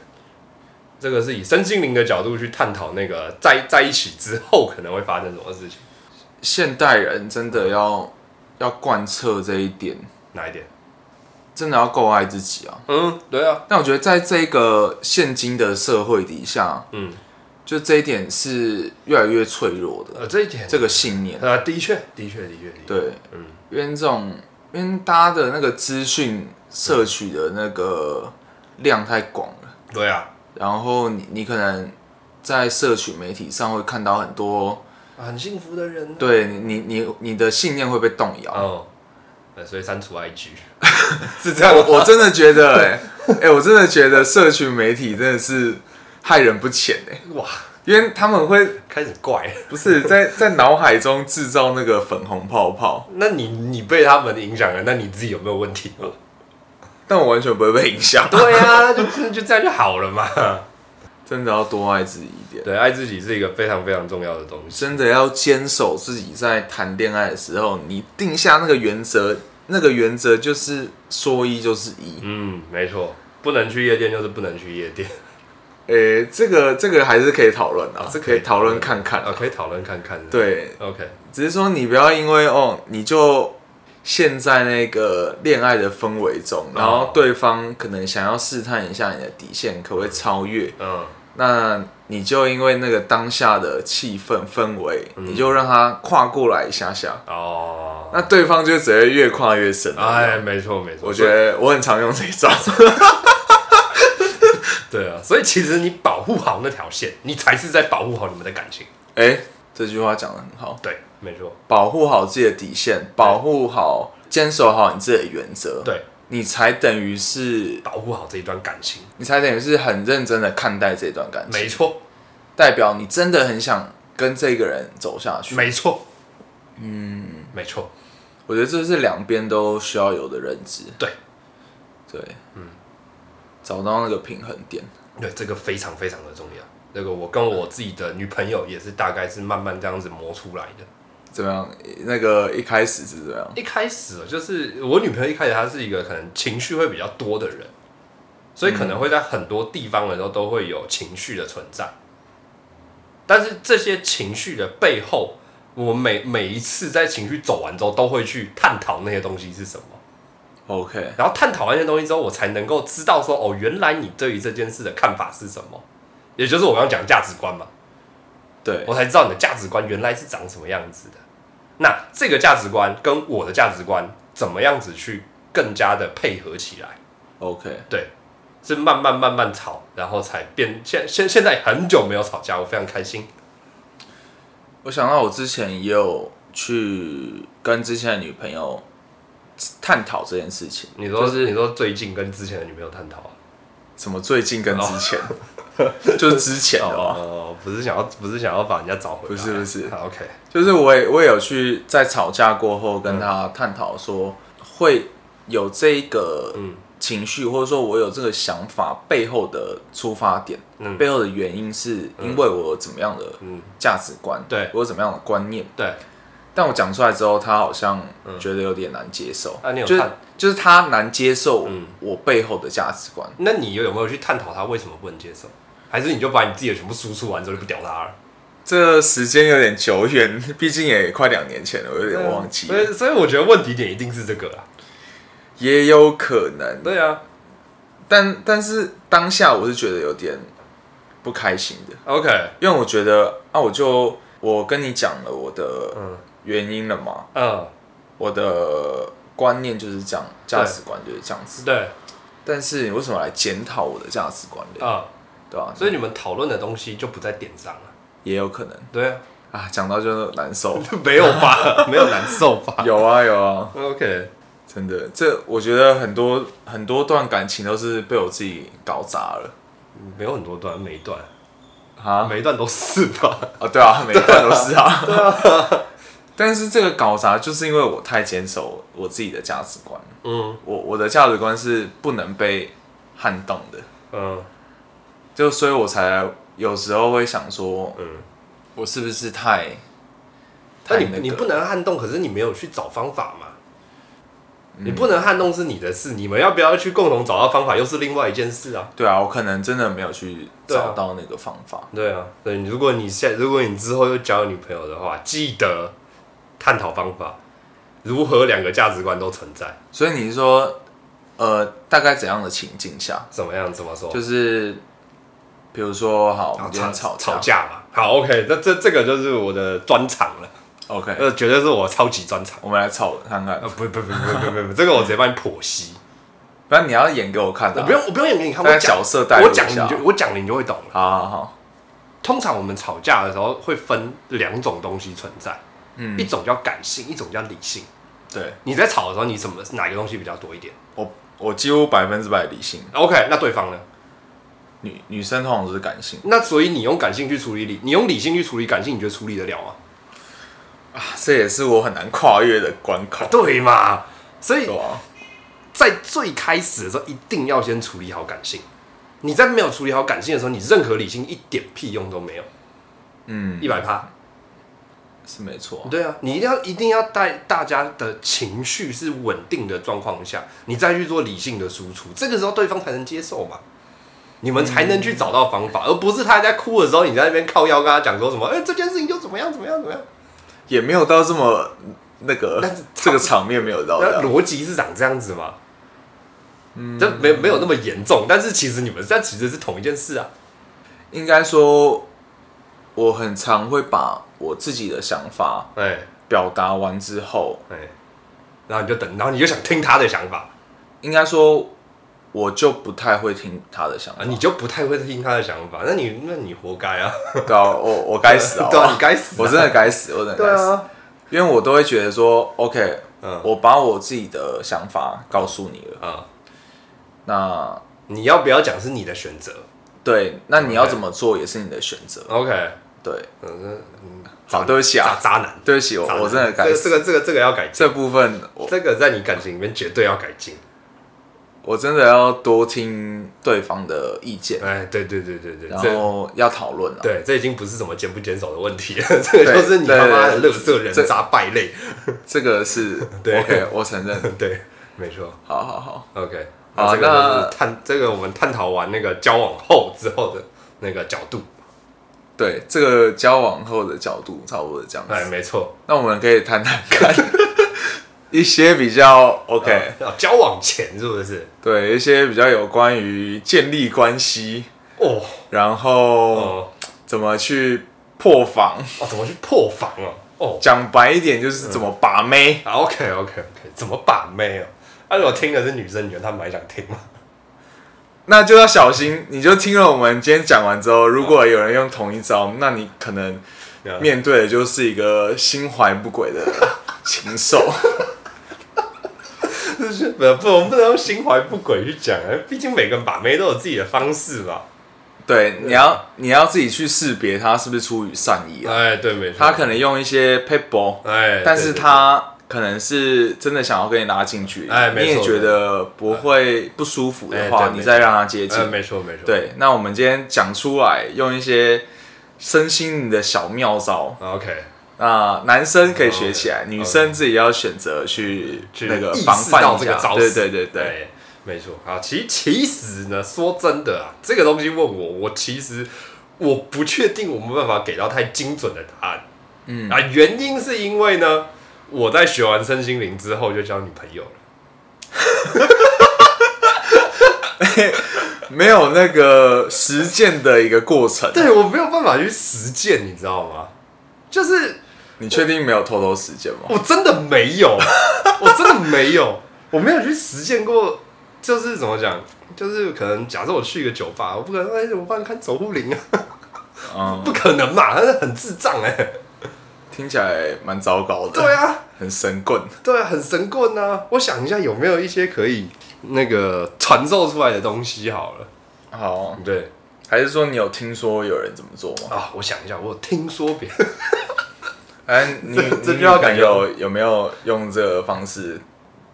Speaker 2: 这个是以身心灵的角度去探讨那个在在一起之后可能会发生什么事情，
Speaker 1: 现代人真的要要贯彻这一点，
Speaker 2: 哪一点？
Speaker 1: 真的要够爱自己啊。
Speaker 2: 嗯，对啊，
Speaker 1: 但我觉得在这个现今的社会底下，
Speaker 2: 嗯，
Speaker 1: 就这一点是越来越脆弱的，
Speaker 2: 呃，这一点，
Speaker 1: 这个信念，
Speaker 2: 呃，的确，的确，的确，的确，
Speaker 1: 对，
Speaker 2: 嗯，
Speaker 1: 因为这种，因为大家的那个资讯摄取的那个量太广了，
Speaker 2: 对啊，
Speaker 1: 然后你你可能在社群媒体上会看到很多，
Speaker 2: 很幸福的人，
Speaker 1: 对你你你你的信念会被动摇，
Speaker 2: 哦，呃所以删除 IG
Speaker 1: 是这样，我真的觉 [LAUGHS] 得、欸，哎、我真的觉得社群媒体真的是害人不浅哎、
Speaker 2: 哇，
Speaker 1: 因为他们会
Speaker 2: 开始怪。
Speaker 1: 不是 [LAUGHS] 在在脑海中制造那个粉红泡泡，
Speaker 2: 那你你被他们影响了，那你自己有没有问题吗？
Speaker 1: 但我完全不会被影响。
Speaker 2: [LAUGHS] 对呀、啊，就就这样就好了嘛。
Speaker 1: [LAUGHS] 真的要多爱自己一点，
Speaker 2: [LAUGHS] 对，爱自己是一个非常非常重要的东西。
Speaker 1: 真的要坚守自己在谈恋爱的时候，你定下那个原则，那个原则就是说一就是一。
Speaker 2: 嗯，没错，不能去夜店就是不能去夜店。
Speaker 1: 诶、这个这个还是可以讨论啊，
Speaker 2: 啊
Speaker 1: 这可以讨论看看
Speaker 2: [LAUGHS] 啊，
Speaker 1: 啊。
Speaker 2: 可以讨论看看的。
Speaker 1: 对，
Speaker 2: ，OK，
Speaker 1: 只是说你不要因为哦，你就陷在那个恋爱的氛围中，然后对方可能想要试探一下你的底线，可不可以超越？
Speaker 2: 嗯，
Speaker 1: 那你就因为那个当下的气氛氛围，你就让他跨过来一下下，
Speaker 2: 哦，
Speaker 1: 那对方就只会越跨越深。
Speaker 2: 哎，没错没错，
Speaker 1: 我觉得我很常用这一 [LAUGHS] 招，
Speaker 2: 对啊，所以其实你保护好那条线，你才是在保护好你们的感情。
Speaker 1: 哎、这句话讲的很好，
Speaker 2: 对，没错，
Speaker 1: 保护好自己的底线，保护好，坚守好你自己的原则，
Speaker 2: 对，
Speaker 1: 你才等于是
Speaker 2: 保护好这一段感情，
Speaker 1: 你才等于是很认真的看待这段感情，
Speaker 2: 没错，
Speaker 1: 代表你真的很想跟这个人走下去。
Speaker 2: 没错，嗯，没错，
Speaker 1: 我觉得这是两边都需要有的认知。
Speaker 2: 对，
Speaker 1: 对，嗯，找到那个平衡点。
Speaker 2: 对，这个非常非常的重要。这个我跟我自己的女朋友也是大概是慢慢这样子磨出来的。
Speaker 1: 怎么样？那个一开始是怎么样？
Speaker 2: 一开始哦就是我女朋友一开始她是一个可能情绪会比较多的人，所以可能会在很多地方的时候都会有情绪的存在。但是这些情绪的背后，我每每一次在情绪走完之后，都会去探讨那些东西是什么。
Speaker 1: OK，
Speaker 2: 然后探讨完那些东西之后，我才能够知道说，哦，原来你对于这件事的看法是什么，也就是我刚刚讲的价值观嘛。
Speaker 1: 对
Speaker 2: 我才知道你的价值观原来是长什么样子的。那这个价值观跟我的价值观怎么样子去更加的配合起来？
Speaker 1: ，OK，
Speaker 2: 对，是慢慢慢慢吵，然后才变。现现现在很久没有吵架，我非常开心。
Speaker 1: 我想到我之前也有去跟之前的女朋友探讨这件事情。
Speaker 2: 你说、是你说最近跟之前的女朋友探讨啊？
Speaker 1: 什么最近跟之
Speaker 2: [LAUGHS]
Speaker 1: 前，就是之前的嘛。
Speaker 2: 哦，不是想要不是想要把人家找回来，
Speaker 1: 不是不是
Speaker 2: 好，OK，
Speaker 1: 就是我也我也有去在吵架过后
Speaker 2: 嗯
Speaker 1: 跟他探讨说，会有这个
Speaker 2: 嗯
Speaker 1: 情绪，或者说我有这个想法背后的出发点，
Speaker 2: 嗯
Speaker 1: 背后的原因是因为我有怎么样的
Speaker 2: 嗯，
Speaker 1: 价值观，
Speaker 2: 对
Speaker 1: 我有怎么样的观念。
Speaker 2: 对，
Speaker 1: 但我讲出来之后，他好像觉得有点难接受，
Speaker 2: 嗯啊你有
Speaker 1: 就是
Speaker 2: 看
Speaker 1: 就是他难接受
Speaker 2: 嗯
Speaker 1: 我背后的价值观。
Speaker 2: 那你有没有去探讨他为什么不能接受？还是你就把你自己的全部输出完之后就不屌他了？
Speaker 1: 这时间有点久远，毕竟也快两年前了，我有点啊忘记
Speaker 2: 所以
Speaker 1: 了，
Speaker 2: 所以我觉得问题点一定是这个啦。
Speaker 1: 也有可能。
Speaker 2: 对啊
Speaker 1: 但但是当下我是觉得有点不开心的，
Speaker 2: ，OK，
Speaker 1: 因为我觉得啊，我就我跟你讲了我的
Speaker 2: 嗯
Speaker 1: 原因了嘛，
Speaker 2: 嗯，
Speaker 1: 我的观念就是这样，价值观就是这样子。
Speaker 2: 对，
Speaker 1: 但是你为什么来检讨我的价值观呢？
Speaker 2: 嗯，
Speaker 1: 对吧、
Speaker 2: 所以你们讨论的东西就不在点上了。
Speaker 1: 也有可能
Speaker 2: 对啊，
Speaker 1: 啊，讲到就难受。
Speaker 2: [LAUGHS] 没有吧？ [LAUGHS] 没有难受吧
Speaker 1: 有啊有啊，
Speaker 2: ？OK，
Speaker 1: 真的，这我觉得很多很多段感情都是被我自己搞砸了
Speaker 2: 没有很多段，每一段
Speaker 1: 啊。
Speaker 2: 每一段都是吧？
Speaker 1: 哦，对啊，每一段都是
Speaker 2: [LAUGHS]
Speaker 1: 啊。但是这个搞砸，就是因为我太坚守我自己的价值观了。
Speaker 2: 嗯
Speaker 1: 我我的价值观是不能被撼动的，
Speaker 2: 嗯
Speaker 1: 就所以我才有时候会想说，
Speaker 2: 嗯。
Speaker 1: 我是不是太
Speaker 2: 那
Speaker 1: 太
Speaker 2: 你
Speaker 1: 那个？
Speaker 2: 你不能撼动，可是你没有去找方法嘛？你不能撼动是你的事，你们要不要去共同找到方法，又是另外一件事啊。
Speaker 1: 对啊，我可能真的没有去
Speaker 2: 对啊
Speaker 1: 找到那个方法。
Speaker 2: 对啊，对，如果你现如果你之后又交女朋友的话，记得探讨方法，如何两个价值观都存在，
Speaker 1: 所以你是说，呃，大概怎样的情境下，
Speaker 2: 怎么样？怎么说？
Speaker 1: 就是比如说，好，我
Speaker 2: 然后
Speaker 1: 们今天
Speaker 2: 哦吵
Speaker 1: 吵
Speaker 2: 吵架嘛。好，OK，那这这个就是我的专场了，
Speaker 1: ，OK，
Speaker 2: 呃，绝对是我超级专场。
Speaker 1: 我们来吵看看
Speaker 2: 啊，。不不不不不不不，这个我直接帮你剖析，
Speaker 1: 不然你要演给我看的、
Speaker 2: 我
Speaker 1: 啊
Speaker 2: 呃不，用我不用演给你看，
Speaker 1: 大
Speaker 2: 我
Speaker 1: 家
Speaker 2: 讲
Speaker 1: 角色代入
Speaker 2: 我
Speaker 1: 一
Speaker 2: 讲你
Speaker 1: 下
Speaker 2: 就我讲了你就会懂了。
Speaker 1: 好好好，
Speaker 2: 通常我们吵架的时候会分两种东西存在，
Speaker 1: 嗯
Speaker 2: 一种叫感性，一种叫理性。
Speaker 1: 对
Speaker 2: 你在吵的时候，你什么哪个东西比较多一点
Speaker 1: 我我几乎百分之百理性。
Speaker 2: ？OK，那对方呢？
Speaker 1: 女女生通常都是感性
Speaker 2: 那所以你用感性去处理理，你用理性去处理感性，你觉得处理得了吗？
Speaker 1: 啊，这也是我很难跨越的关口，
Speaker 2: 对嘛？所以
Speaker 1: 对啊吧？
Speaker 2: 在最开始的时候，一定要先处理好感性。你在没有处理好感性的时候，你任何理性一点屁用都没有，
Speaker 1: 嗯，
Speaker 2: 一百趴。
Speaker 1: 是没错，
Speaker 2: 对啊，你一定要一定要带大家的情绪是稳定的状况下，你再去做理性的输出，这个时候对方才能接受嘛，你们才能去找到方法，而不是他在哭的时候，你在那边靠腰跟他讲说什么，哎、这件事情就怎么样怎么样怎么样，
Speaker 1: 也没有到这么那个
Speaker 2: 但是
Speaker 1: 这个场面没有到这啊
Speaker 2: 那
Speaker 1: 样，
Speaker 2: 逻辑是长这样子嘛，嗯，这没没有那么严重，但是其实你们这其实是同一件事啊，
Speaker 1: 应该说，我很常会把我自己的想法
Speaker 2: 哎、
Speaker 1: 表达完之后，
Speaker 2: 哎、然后你就等，然后你就想听他的想法
Speaker 1: 应该说我就不太会听他的想
Speaker 2: 啊，
Speaker 1: 法，
Speaker 2: 你就不太会听他的想法，那你那你活该啊，
Speaker 1: 对啊，我我该死啊！
Speaker 2: [LAUGHS] 对啊，你该死、
Speaker 1: 我真的该死，我真的
Speaker 2: 对
Speaker 1: 该死，
Speaker 2: 啊，
Speaker 1: 因为我都会觉得说，OK，
Speaker 2: 嗯
Speaker 1: 我把我自己的想法告诉你了，
Speaker 2: 啊。
Speaker 1: 那
Speaker 2: 你要不要讲是你的选择
Speaker 1: 对，那你要
Speaker 2: OK
Speaker 1: 怎么做也是你的选择，
Speaker 2: ？OK，
Speaker 1: 对，
Speaker 2: 嗯，嗯
Speaker 1: 好，对不起
Speaker 2: 渣
Speaker 1: 啊，
Speaker 2: 渣男，
Speaker 1: 对不起，我
Speaker 2: 渣男
Speaker 1: 我真的该
Speaker 2: 这个
Speaker 1: 死
Speaker 2: 这，个这个这个要改进，
Speaker 1: 这部分我
Speaker 2: 这个在你感情里面绝对要改进。
Speaker 1: 我真的要多听对方的意见，
Speaker 2: 哎，对对对对对，
Speaker 1: 然
Speaker 2: 这
Speaker 1: 后要讨论啊，
Speaker 2: 对这已经不是什么坚不坚守的问题了，这个就是你他妈的
Speaker 1: 对
Speaker 2: 乐色人
Speaker 1: 这
Speaker 2: 渣败类。
Speaker 1: 这个是
Speaker 2: [LAUGHS] 对
Speaker 1: OK，我承认，
Speaker 2: 对，没错。
Speaker 1: 好好好，
Speaker 2: OK，
Speaker 1: 好
Speaker 2: 这个
Speaker 1: 那
Speaker 2: 就是探这个我们探讨完那个交往后之后的那个角度，
Speaker 1: 对，这个交往后的角度差不多是这样子
Speaker 2: 哎，，没错。
Speaker 1: 那我们可以谈谈看一些比较 OK，、
Speaker 2: [LAUGHS] 啊交往前是不是？
Speaker 1: 对一些比较有关于建立关系，
Speaker 2: 哦
Speaker 1: 然后
Speaker 2: 哦
Speaker 1: 怎么去破防，
Speaker 2: 哦，怎么去破防哦？哦，
Speaker 1: 讲白一点就是怎么把妹。
Speaker 2: 啊，OK OK OK，怎么把妹哦？那、如果听的是女生，你觉得他们还想听吗？ [LAUGHS]
Speaker 1: 那就要小心，你就听了我们今天讲完之后，如果有人用同一招，那你可能面对的就是一个心怀不轨的禽兽。 [LAUGHS]
Speaker 2: 就是不不，我们不能用心怀不轨去讲，啊毕竟每个人把妹都有自己的方式嘛。
Speaker 1: 对，你要你要自己去识别他是不是出于善意啊，
Speaker 2: 哎，对，没错。
Speaker 1: 他可能用一些 p a p e
Speaker 2: 哎，
Speaker 1: 但是
Speaker 2: 对
Speaker 1: 他可能是真的想要跟你拉近距离，
Speaker 2: 哎没
Speaker 1: 你也
Speaker 2: 错
Speaker 1: 觉得不会不舒服的
Speaker 2: 哎
Speaker 1: 话，
Speaker 2: 对
Speaker 1: 你再让他接
Speaker 2: 对对哎，
Speaker 1: 近。
Speaker 2: 没错没错。
Speaker 1: 对，那我们今天讲出来，用一些身心灵的小妙招，
Speaker 2: ，OK，
Speaker 1: 那男生可以学起来，女生自己要选择去
Speaker 2: 哦去
Speaker 1: 那个
Speaker 2: 意识
Speaker 1: 防范
Speaker 2: 到
Speaker 1: 一
Speaker 2: 这个
Speaker 1: 下。
Speaker 2: 招
Speaker 1: 对
Speaker 2: 式，
Speaker 1: 对对对，
Speaker 2: 哎没错。好，其其实呢，说真的啊，这个东西问我，我其实我不确定我没办法给到太精准的答案。
Speaker 1: 嗯
Speaker 2: 啊，原因是因为呢，我在学完身心灵之后就交女朋友了。
Speaker 1: 没有那个实践的一个过程。
Speaker 2: 对我没有办法去实践，你知道吗？就是
Speaker 1: 你确定没有偷偷实践吗？
Speaker 2: 我真的没 [LAUGHS] 有，我真的没有，我没有去实践过。就是怎么讲，就是可能假设我去一个酒吧，我不可能哎、我帮你看守护灵啊，
Speaker 1: 嗯，
Speaker 2: 不可能嘛，那很智障哎、
Speaker 1: 听起来蛮糟糕的。
Speaker 2: 对，啊，
Speaker 1: 很神棍。
Speaker 2: 对啊，很神棍啊。我想一下有没有一些可以那个传授出来的东西好了。
Speaker 1: 好，
Speaker 2: 对
Speaker 1: 还是说你有听说有人怎么做吗？
Speaker 2: 啊，我想一下，我有听说别人。 [LAUGHS]
Speaker 1: 哎，你
Speaker 2: 这这
Speaker 1: 你
Speaker 2: 就要
Speaker 1: 女
Speaker 2: 感
Speaker 1: 朋
Speaker 2: 觉
Speaker 1: 友有没有用这个方式？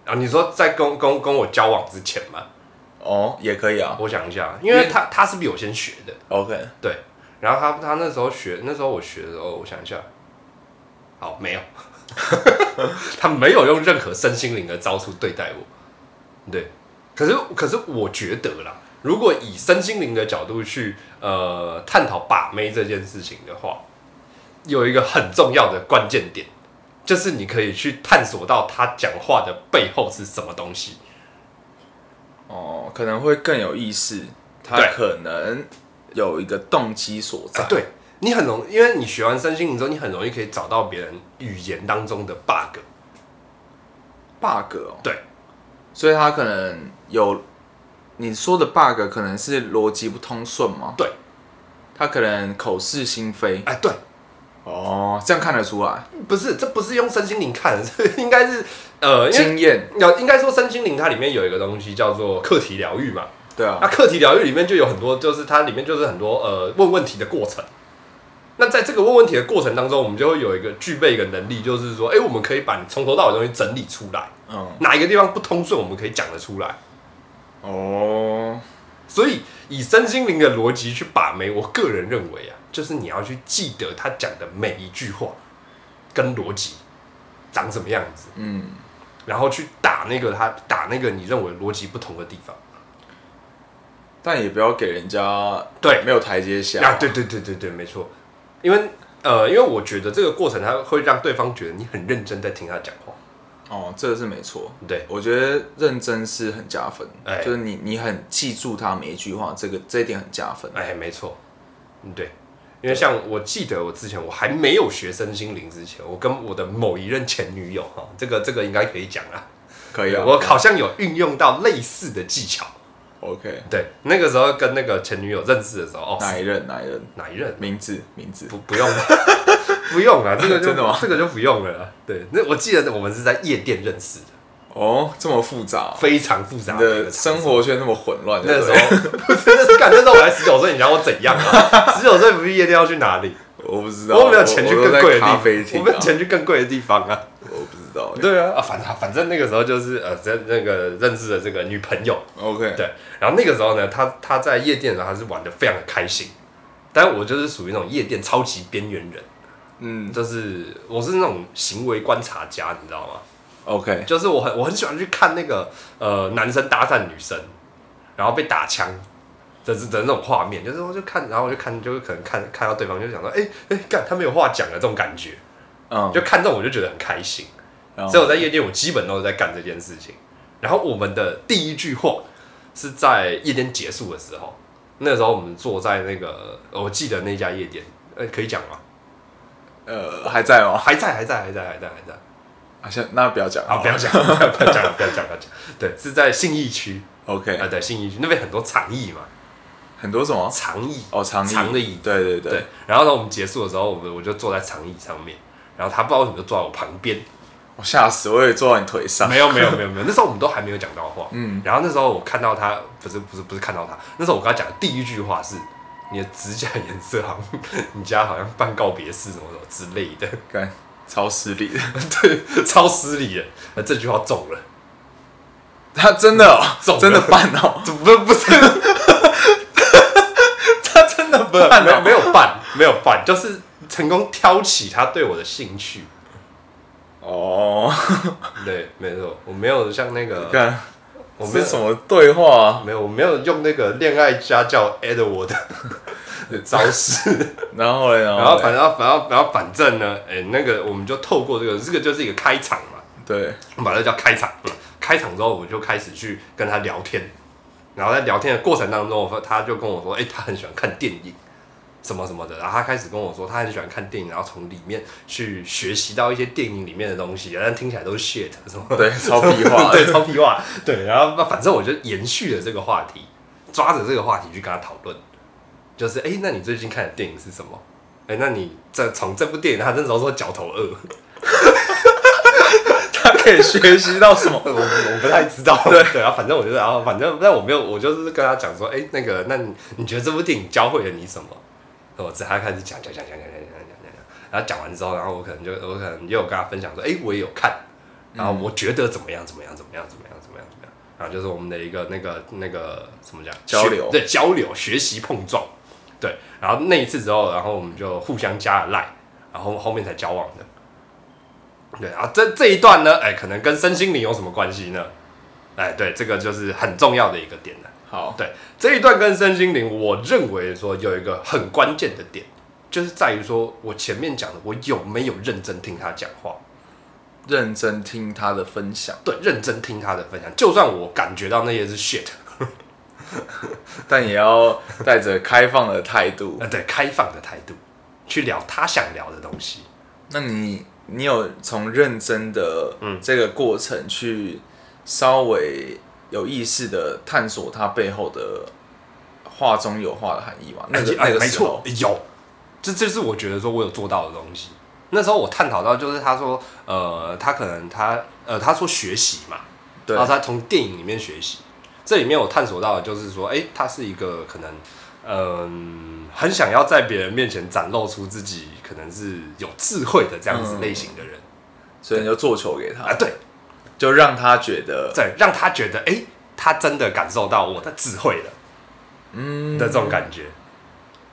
Speaker 2: 啊，你说在跟跟跟我交往之前嘛，
Speaker 1: 哦，也可以啊。
Speaker 2: 我想一下，因为他他是比我先学的，
Speaker 1: OK，
Speaker 2: 对。然后他他那时候学，那时候我学的时候，我想一下，好没有， [LAUGHS] 他没有用任何身心灵的招数对待我，对。可是可是我觉得啦，如果以身心灵的角度去呃探讨把妹这件事情的话，有一个很重要的关键点，就是你可以去探索到他讲话的背后是什么东西。
Speaker 1: 哦，可能会更有意识，他
Speaker 2: 对
Speaker 1: 可能有一个动机所在。
Speaker 2: 啊，对你很容，因为你学完身心灵之后，你很容易可以找到别人语言当中的 bug。
Speaker 1: ，bug 哦，
Speaker 2: 对，
Speaker 1: 所以他可能有你说的 bug，可能是逻辑不通顺吗？
Speaker 2: 对，
Speaker 1: 他可能口是心非。
Speaker 2: 哎，对，
Speaker 1: 哦，这样看得出来，
Speaker 2: 不是，这不是用身心灵看的， [LAUGHS] 这应该是呃，因为
Speaker 1: 经验
Speaker 2: 要应该说身心灵它里面有一个东西叫做课题疗愈嘛，
Speaker 1: 对啊
Speaker 2: 那，课题疗愈里面就有很多，就是它里面就是很多呃问问题的过程。那在这个问问题的过程当中，我们就会有一个具备一个能力，就是说，哎、我们可以把你从头到尾的东西整理出来，
Speaker 1: 嗯，
Speaker 2: 哪一个地方不通顺，我们可以讲得出来。
Speaker 1: 哦，
Speaker 2: 所以以身心灵的逻辑去把妹，我个人认为啊，就是你要去记得他讲的每一句话跟逻辑长什么样子，
Speaker 1: 嗯，
Speaker 2: 然后去打那个他打那个你认为逻辑不同的地方。
Speaker 1: 但也不要给人家
Speaker 2: 对，
Speaker 1: 没有台阶下
Speaker 2: 啊，对，对对对对，没错，因为呃，因为我觉得这个过程它会让对方觉得你很认真在听他讲话，
Speaker 1: 哦，这个是没错。
Speaker 2: 对
Speaker 1: 我觉得认真是很加分，
Speaker 2: 哎
Speaker 1: 就是你你很记住他每一句话，这个这一点很加分。
Speaker 2: 哎，没错，嗯，对，因为像我记得我之前我还没有学身心灵之前，我跟我的某一任前女友哈，这个这个应该可以讲啦，
Speaker 1: 可以啊，
Speaker 2: 我好像有运用到类似的技巧。
Speaker 1: OK，
Speaker 2: 对，那个时候跟那个前女友认识的时候，哦，
Speaker 1: 哪一任哪一任
Speaker 2: 哪一任？
Speaker 1: 名字名字
Speaker 2: 不不用，啊 [LAUGHS] 不用啊，这个
Speaker 1: [LAUGHS]
Speaker 2: 就
Speaker 1: 真的吗
Speaker 2: 这个就不用了啦。对，那我记得我们是在夜店认识的，
Speaker 1: 哦，这么复杂，
Speaker 2: 非常复杂
Speaker 1: 你
Speaker 2: 的一个
Speaker 1: 的
Speaker 2: 场
Speaker 1: 生活圈那么混乱，
Speaker 2: 那
Speaker 1: 对不
Speaker 2: 时
Speaker 1: 对
Speaker 2: 候 [LAUGHS] 不是，那是干那时候我才十九岁，你想我怎
Speaker 1: [LAUGHS]
Speaker 2: 样啊？十九岁不是夜店要去哪里？
Speaker 1: 我不知道，
Speaker 2: 我没有钱去
Speaker 1: 啊我都
Speaker 2: 更
Speaker 1: 在
Speaker 2: 贵的地
Speaker 1: 咖
Speaker 2: 方
Speaker 1: 啡，厅啊，
Speaker 2: 我没有钱去更贵的地方啊。
Speaker 1: 我不知道
Speaker 2: 对啊，啊反正反正那个时候就是呃，在那个认识的这个女朋友，
Speaker 1: ，OK，
Speaker 2: 对，然后那个时候呢，她她在夜店的时候，她是玩的非常的开心，但我就是属于那种夜店超级边缘人，
Speaker 1: 嗯
Speaker 2: 就是我是那种行为观察家，你知道吗？
Speaker 1: ，OK，
Speaker 2: 就是我很我很喜欢去看那个呃男生搭讪女生，然后被打枪的的那种画面，就是我就看，然后我就看，就是可能看看到对方就想说，哎、哎，干、他没有话讲的这种感觉，
Speaker 1: 嗯，
Speaker 2: 就看这种我就觉得很开心，
Speaker 1: 然后
Speaker 2: 所以我在夜店我基本都是在干这件事情。然后我们的第一句话是在夜店结束的时候，那时候我们坐在那个呃我记得那家夜店，呃，可以讲吗？
Speaker 1: 呃还在吗？
Speaker 2: 还在，还在，还在，还在，还在。
Speaker 1: 啊，先那不要讲
Speaker 2: 好，不要哦讲，不要不要讲了，不要讲，不要讲。对，是在信义区。啊，
Speaker 1: ，OK，
Speaker 2: 对，信义区那边很多长椅嘛，
Speaker 1: 很多什么
Speaker 2: 长椅，
Speaker 1: 哦长
Speaker 2: 长的椅子
Speaker 1: 对对
Speaker 2: 对
Speaker 1: 对，。
Speaker 2: 然后呢，我们结束的时候，我们我就坐在长椅上面，然后他不知道为什么就坐在我旁边。
Speaker 1: 我吓死，我以为坐到你腿上，
Speaker 2: [LAUGHS] 没有，没有，没有，没有。那时候我们都还没有讲到话。
Speaker 1: 嗯，
Speaker 2: 然后那时候我看到他，不是，不是，不是看到他。那时候我跟他讲的第一句话是：“你的指甲颜色好像，你家好像办告别式什么什么之类的。 [LAUGHS]
Speaker 1: 干超失礼的，”
Speaker 2: 超失礼的，那这句话中了，
Speaker 1: 他真的哦
Speaker 2: 中了
Speaker 1: 真的办哦，
Speaker 2: 怎么不是？
Speaker 1: [LAUGHS] 他真的
Speaker 2: 不是
Speaker 1: 办
Speaker 2: 没有
Speaker 1: 哦，
Speaker 2: 没有办没有办，就是成功挑起他对我的兴趣。
Speaker 1: 哦，
Speaker 2: 对，没错，我没有像那个，
Speaker 1: 干
Speaker 2: 我没
Speaker 1: 是
Speaker 2: 有
Speaker 1: 什么对话啊？
Speaker 2: 没有，我没有用那个恋爱家教 Edward 的 [LAUGHS] 招式。
Speaker 1: 然后嘞，然
Speaker 2: 然
Speaker 1: 后
Speaker 2: 后反
Speaker 1: 嘞，
Speaker 2: 正反正然后反正呢，哎、那个我们就透过这个，这个就是一个开场嘛，
Speaker 1: 对，
Speaker 2: 我们把它叫开场。嗯开场之后，我就开始去跟他聊天，然后在聊天的过程当中，我说他就跟我说，哎、他很喜欢看电影，什么什么的。然后他开始跟我说，他很喜欢看电影，然后从里面去学习到一些电影里面的东西，但听起来都是 shit 什么
Speaker 1: [LAUGHS]
Speaker 2: 的。，
Speaker 1: 对，超屁话
Speaker 2: [LAUGHS] 对，超屁话，对。然后反正我就延续了这个话题，抓着这个话题去跟他讨论，就是哎、诶那你最近看的电影是什么？哎、那你这从这部电影，他那时候说《角头二》， [LAUGHS]
Speaker 1: 他可以学习到什么？
Speaker 2: 我我不太
Speaker 1: [LAUGHS]
Speaker 2: 知道，对对啊，反正我就是，然后反正但我没有，我就是跟他讲说，哎、那个，那你你觉得这部电影教会了你什么？然后我只他开始讲讲讲讲讲讲讲讲讲讲，然后讲完之后，然后我可能就我可能也有跟他分享说，哎、我也有看，然
Speaker 1: 嗯
Speaker 2: 后我觉得怎么样怎么样怎么样怎么样怎么样怎么样，然后就是我们的一个那个那个怎么讲
Speaker 1: 交流
Speaker 2: 学对交流学习碰撞，对，然后那一次之后，然后我们就互相加了赖，然后后面才交往的。对啊，这这一段呢，哎，可能跟身心灵有什么关系呢？哎，对，这个就是很重要的一个点了。
Speaker 1: 好，
Speaker 2: 对，这一段跟身心灵，我认为说有一个很关键的点，就是在于说我前面讲的，我有没有认真听他讲话？
Speaker 1: 认真听他的分享，
Speaker 2: 对，认真听他的分享，就算我感觉到那些是 shit，
Speaker 1: 但也要带着开放的态度
Speaker 2: 呃，。对，开放的态度去聊他想聊的东西。
Speaker 1: 那你你有从认真的这个过程去稍微有意识的探索它背后的话中有话的含义吗？那个
Speaker 2: 哎
Speaker 1: 那个
Speaker 2: 没
Speaker 1: 时候
Speaker 2: 错，，有，这这是我觉得说我有做到的东西。那时候我探讨到，就是他说，呃，他可能他呃，他说学习嘛，
Speaker 1: 对
Speaker 2: 然后他从电影里面学习，这里面我探索到的就是说，哎、他是一个可能，嗯、很想要在别人面前展露出自己可能是有智慧的这样
Speaker 1: 嗯
Speaker 2: 子类型的人、
Speaker 1: 所以你就做球给
Speaker 2: 啊，
Speaker 1: 他，
Speaker 2: 对
Speaker 1: 就让他觉得
Speaker 2: 对，让他觉得，哎、他真的感受到我的智慧了，嗯的这种感觉，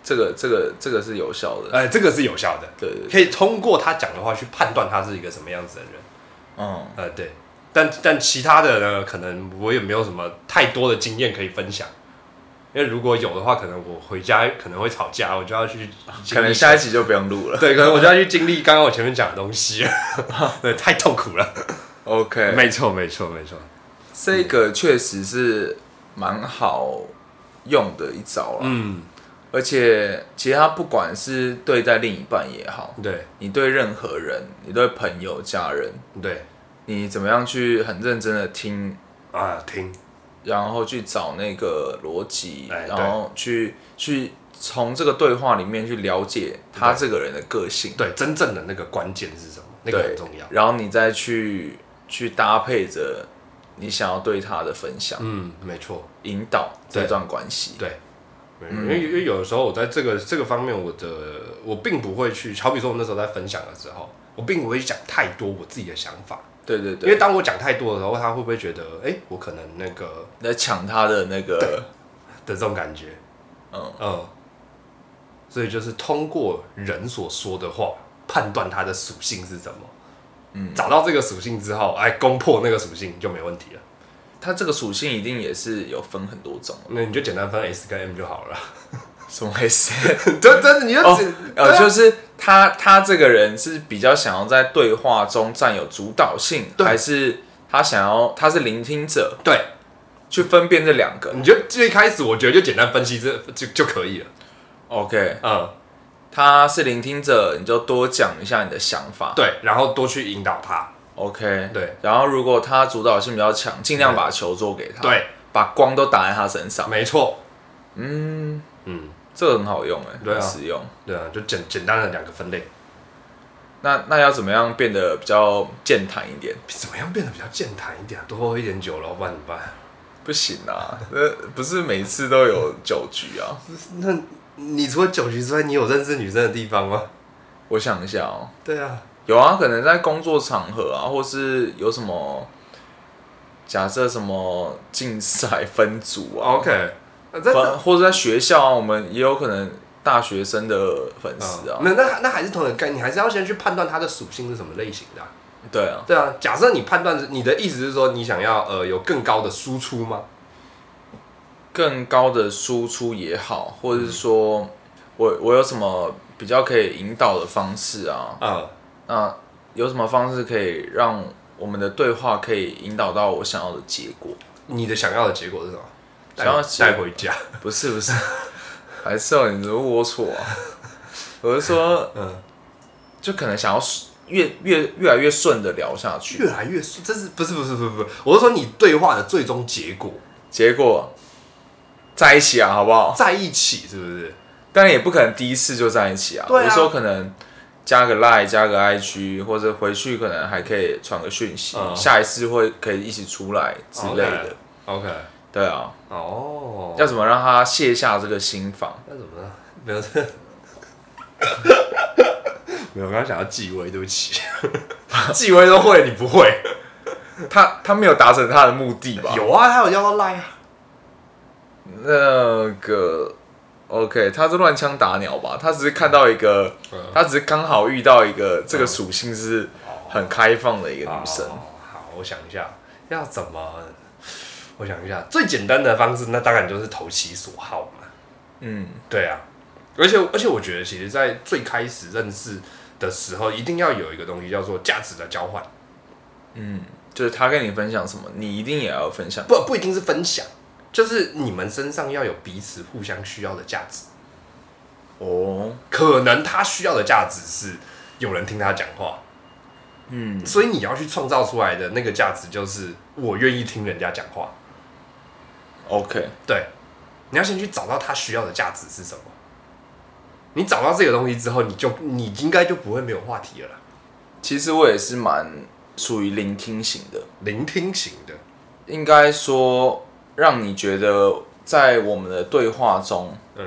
Speaker 1: 这个这个这个是有效的。
Speaker 2: 哎、这个是有效的，
Speaker 1: 对对对，
Speaker 2: 可以通过他讲的话去判断他是一个什么样子的人。
Speaker 1: 嗯，
Speaker 2: 呃，对，但但其他的呢，可能我也没有什么太多的经验可以分享，因为如果有的话，可能我回家可能会吵架，我就要去
Speaker 1: 可能下一集就不用录了。
Speaker 2: 对，可能我就要去经历刚刚我前面讲的东 [LAUGHS] 西，对，太痛苦了。
Speaker 1: OK，
Speaker 2: 没错，没错，没错。
Speaker 1: 这个确实是蛮好用的一招了。
Speaker 2: 嗯，
Speaker 1: 而且其实他不管是对待另一半也好，
Speaker 2: 对
Speaker 1: 你对任何人，你对朋友、家人，
Speaker 2: 对
Speaker 1: 你怎么样去很认真的听，
Speaker 2: 啊，听
Speaker 1: 然后去找那个逻辑，
Speaker 2: 哎对
Speaker 1: 然后去去从这个对话里面去了解他这个人的个性，
Speaker 2: 对真正的那个关键是什么？那个
Speaker 1: 对，
Speaker 2: 很重要。
Speaker 1: 然后你再去去搭配着你想要对他的分享，
Speaker 2: 嗯，没错。
Speaker 1: 引导
Speaker 2: 对
Speaker 1: 这段关系。
Speaker 2: 对，
Speaker 1: 嗯
Speaker 2: 因为因为有的时候我在这个这个方面，我的我并不会去，好比说我那时候在分享的时候，我并不会讲太多我自己的想法，
Speaker 1: 对对
Speaker 2: 因为
Speaker 1: 对，
Speaker 2: 当我讲太多的时候，他会不会觉得，哎、我可能那个
Speaker 1: 你在抢他的那个，
Speaker 2: 的这种感觉，
Speaker 1: 嗯
Speaker 2: 嗯，所以就是通过人所说的话判断它的属性是什么，嗯，找到这个属性之后，哎，攻破那个属性就没问题了，
Speaker 1: 他这个属性一定也是有分很多种，
Speaker 2: 那你就简单分 S 跟 M 就好了， [LAUGHS]
Speaker 1: 什么意思？
Speaker 2: 真真的你
Speaker 1: [LAUGHS]
Speaker 2: 就
Speaker 1: 哦
Speaker 2: [LAUGHS] 只、
Speaker 1: 呃，
Speaker 2: 啊
Speaker 1: 就是他他这个人是比较想要在对话中占有主导性，
Speaker 2: 对
Speaker 1: 还是他想要他是聆听者？
Speaker 2: 对。
Speaker 1: 去分辨这两个
Speaker 2: 你就最开始我觉得就简单分析这就就可以了。
Speaker 1: ，OK，
Speaker 2: 嗯，
Speaker 1: 他是聆听者，你就多讲一下你的想法，
Speaker 2: 对，然后多去引导他。
Speaker 1: ，OK，
Speaker 2: 对
Speaker 1: 然后如果他主导性比较强，尽量把球做给他，，
Speaker 2: 对，
Speaker 1: 把光都打在他身上，
Speaker 2: 没错。
Speaker 1: 嗯，
Speaker 2: 嗯，
Speaker 1: 这个很好用哎，
Speaker 2: 对啊
Speaker 1: 很实用。
Speaker 2: 对啊，就简简单的两个分类，
Speaker 1: 那那要怎么样变得比较健谈一点？
Speaker 2: 怎么样变得比较健谈一点啊？多喝一点酒，老板怎么办？
Speaker 1: 不行啊， [LAUGHS] 呃，不是每次都有酒局啊。
Speaker 2: 那你除了酒局之外，你有认识女生的地方吗？
Speaker 1: 我想一下哦，
Speaker 2: 对啊，
Speaker 1: 有啊，可能在工作场合啊，或是有什么假设什么竞赛分组啊，
Speaker 2: ，OK，那哦这
Speaker 1: 分或者在学校啊，我们也有可能大学生的粉丝啊，
Speaker 2: 哦那那那还是同一个概念，你还是要先去判断它的属性是什么类型的啊、
Speaker 1: 对啊，
Speaker 2: 对啊，假设你判断你的意思是说你想要呃有更高的输出吗？
Speaker 1: 更高的输出也好，或者是说我我有什么比较可以引导的方式啊，
Speaker 2: 嗯，
Speaker 1: 那有什么方式可以让我们的对话可以引导到我想要的结果？
Speaker 2: 你的想要的结果是什么？带
Speaker 1: 想要的结果
Speaker 2: 带回家。
Speaker 1: 不是不是，还是哦，你怎么龌龊啊？我是说，
Speaker 2: 嗯
Speaker 1: 就可能想要越越越来越顺的聊下去，
Speaker 2: 越来越顺，这是不是不是不是不是？我是说你对话的最终结果
Speaker 1: 结果在一起啊，好不好？
Speaker 2: 在一起是不是？
Speaker 1: 当然也不可能第一次就在一起啊，
Speaker 2: 对啊
Speaker 1: 有时候可能加个 Line 加个 IG，或者回去可能还可以传个讯息，
Speaker 2: 嗯
Speaker 1: 下一次会可以一起出来之类的。
Speaker 2: 哦 OK，
Speaker 1: 对啊，
Speaker 2: 哦，
Speaker 1: 要怎么让他卸下这个心防？
Speaker 2: 那怎么了？没有 [LAUGHS] 这，没有，我刚刚想要继位，对不起， [LAUGHS] 继位都会，你不会？
Speaker 1: 他他没有达成他的目的吧？
Speaker 2: 嗯有啊，他有要到赖啊，
Speaker 1: 那个 OK，他是乱枪打鸟吧？他只是看到一个，
Speaker 2: 嗯
Speaker 1: 他只是刚好遇到一个这个属性是很开放的一个女生。
Speaker 2: 哦好，我想一下，要怎么？我想一下，最简单的方式，那当然就是投其所好嘛。
Speaker 1: 嗯，
Speaker 2: 对啊，而且而且我觉得，其实，在最开始认识的时候，一定要有一个东西叫做价值的交换，
Speaker 1: 就是他跟你分享什么，你一定也要分享。
Speaker 2: 不不一定是分享，就是你们身上要有彼此互相需要的价值。
Speaker 1: 哦，
Speaker 2: 可能他需要的价值是有人听他讲话，
Speaker 1: 嗯，
Speaker 2: 所以你要去创造出来的那个价值就是我愿意听人家讲话。
Speaker 1: OK，
Speaker 2: 对，你要先去找到他需要的价值是什么。你找到这个东西之后，你就你应该就不会没有话题了啦。
Speaker 1: 其实我也是蛮属于聆听型的，
Speaker 2: 聆听型的，
Speaker 1: 应该说让你觉得在我们的对话中，
Speaker 2: 嗯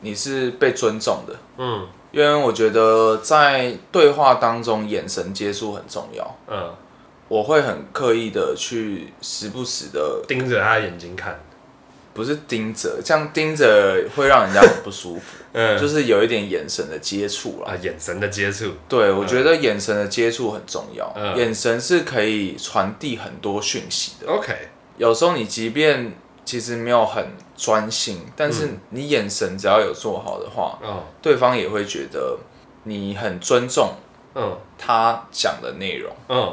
Speaker 1: 你是被尊重的。
Speaker 2: 嗯
Speaker 1: 因为我觉得在对话当中，眼神接触很重要。
Speaker 2: 嗯，
Speaker 1: 我会很刻意的去时不时的，
Speaker 2: 盯着他的眼睛看，
Speaker 1: 不是盯着，这样盯着会让人家很不舒服，
Speaker 2: [LAUGHS] 嗯，
Speaker 1: 就是是有一点眼神的接触啦
Speaker 2: 啊。眼神的接触，
Speaker 1: 对，我觉得眼神的接触很重要，
Speaker 2: 嗯
Speaker 1: 眼神是可以传递很多讯息的。
Speaker 2: OK，
Speaker 1: 有时候你即便其实没有很专心，但是
Speaker 2: 嗯
Speaker 1: 你眼神只要有做好的话，
Speaker 2: 哦，
Speaker 1: 对方也会觉得你很尊重
Speaker 2: 嗯
Speaker 1: 他讲的内容。
Speaker 2: 嗯，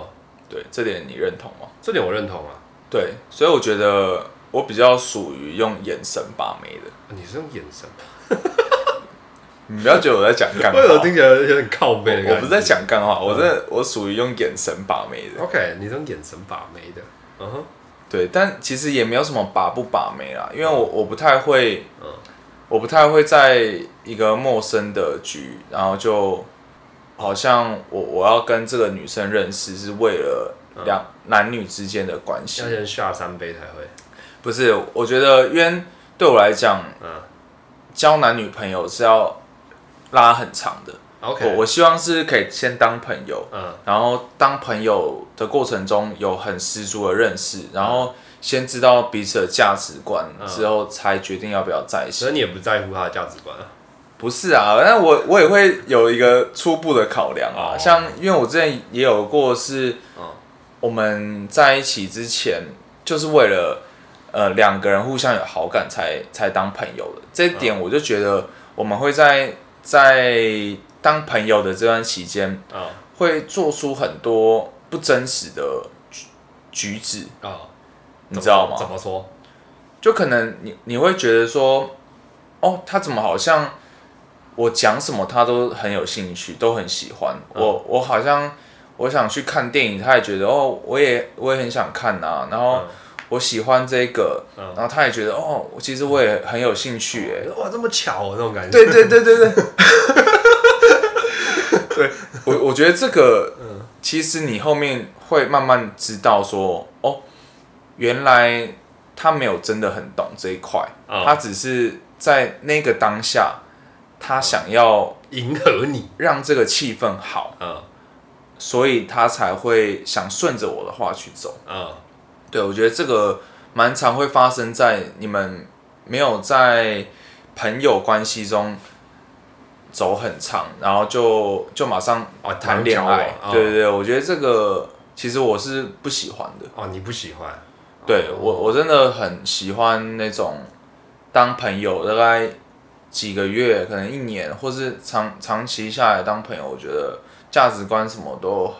Speaker 1: 对，这点你认同吗？
Speaker 2: 这点我认同啊。
Speaker 1: 对，所以我觉得我比较属于用眼神把妹的。
Speaker 2: 你是用眼 [LAUGHS] 神，
Speaker 1: 你不要觉得我在讲
Speaker 2: [LAUGHS]
Speaker 1: 干话，
Speaker 2: 为什么听起来有点靠背的感觉
Speaker 1: 我不是在讲干话，我真的我属于用眼神把妹的。
Speaker 2: [LAUGHS] OK，你是用眼神把妹的，嗯哼，
Speaker 1: 对，但其实也没有什么把不把妹啦，因为我我不太会，
Speaker 2: 嗯
Speaker 1: 我不太会在一个陌生的局，然后就好像我我要跟这个女生认识是为了两、男女之间的关系
Speaker 2: 要，先下三杯才会，
Speaker 1: 不是？我觉得因为对我来讲，
Speaker 2: 嗯
Speaker 1: 交男女朋友是要拉很长的。
Speaker 2: ，OK，
Speaker 1: 我我希望是可以先当朋友，
Speaker 2: 嗯
Speaker 1: 然后当朋友的过程中有很十足的认识，然后先知道彼此的价值观
Speaker 2: 嗯
Speaker 1: 之后，才决定要不要在一起
Speaker 2: 所。以你也不在乎他的价值观啊，
Speaker 1: 不是啊，但我我也会有一个初步的考量啊，
Speaker 2: 哦
Speaker 1: 像因为我之前也有过是
Speaker 2: 嗯
Speaker 1: 我们在一起之前，就是为了呃两个人互相有好感才才当朋友的。这一
Speaker 2: 嗯
Speaker 1: 点我就觉得我们会在在当朋友的这段期间，
Speaker 2: 嗯
Speaker 1: 会做出很多不真实的举举止，
Speaker 2: 嗯，
Speaker 1: 你知道
Speaker 2: 怎
Speaker 1: 吗？
Speaker 2: 么说？
Speaker 1: 就可能你你会觉得说，哦，他怎么好像我讲什么他都很有兴趣，都很喜欢、
Speaker 2: 嗯
Speaker 1: 我，我好像。我想去看电影，他也觉得哦，我也我也很想看呐、然后
Speaker 2: 嗯
Speaker 1: 我喜欢这个，
Speaker 2: 嗯
Speaker 1: 然后他也觉得哦，其实我也很有兴趣哎。
Speaker 2: 哇，这么巧哦，那种感觉。
Speaker 1: 对对对对 [LAUGHS] 对，对我我觉得这个，其实你后面会慢慢知道说哦，原来他没有真的很懂这一块，
Speaker 2: 嗯
Speaker 1: 他只是在那个当下，他想要
Speaker 2: 迎合你，
Speaker 1: 让这个气氛好，
Speaker 2: 嗯
Speaker 1: 所以他才会想顺着我的话去走。
Speaker 2: 嗯
Speaker 1: 对，我觉得这个蛮常会发生在你们没有在朋友关系中走很长，然后就就马上
Speaker 2: 哦
Speaker 1: 谈恋爱。啊
Speaker 2: 马上交往哦
Speaker 1: 对对对，我觉得这个其实我是不喜欢的。
Speaker 2: 哦，你不喜欢，
Speaker 1: 对我我真的很喜欢那种当朋友，大概几个月，可能一年，或是长长期下来当朋友，我觉得价值观什么都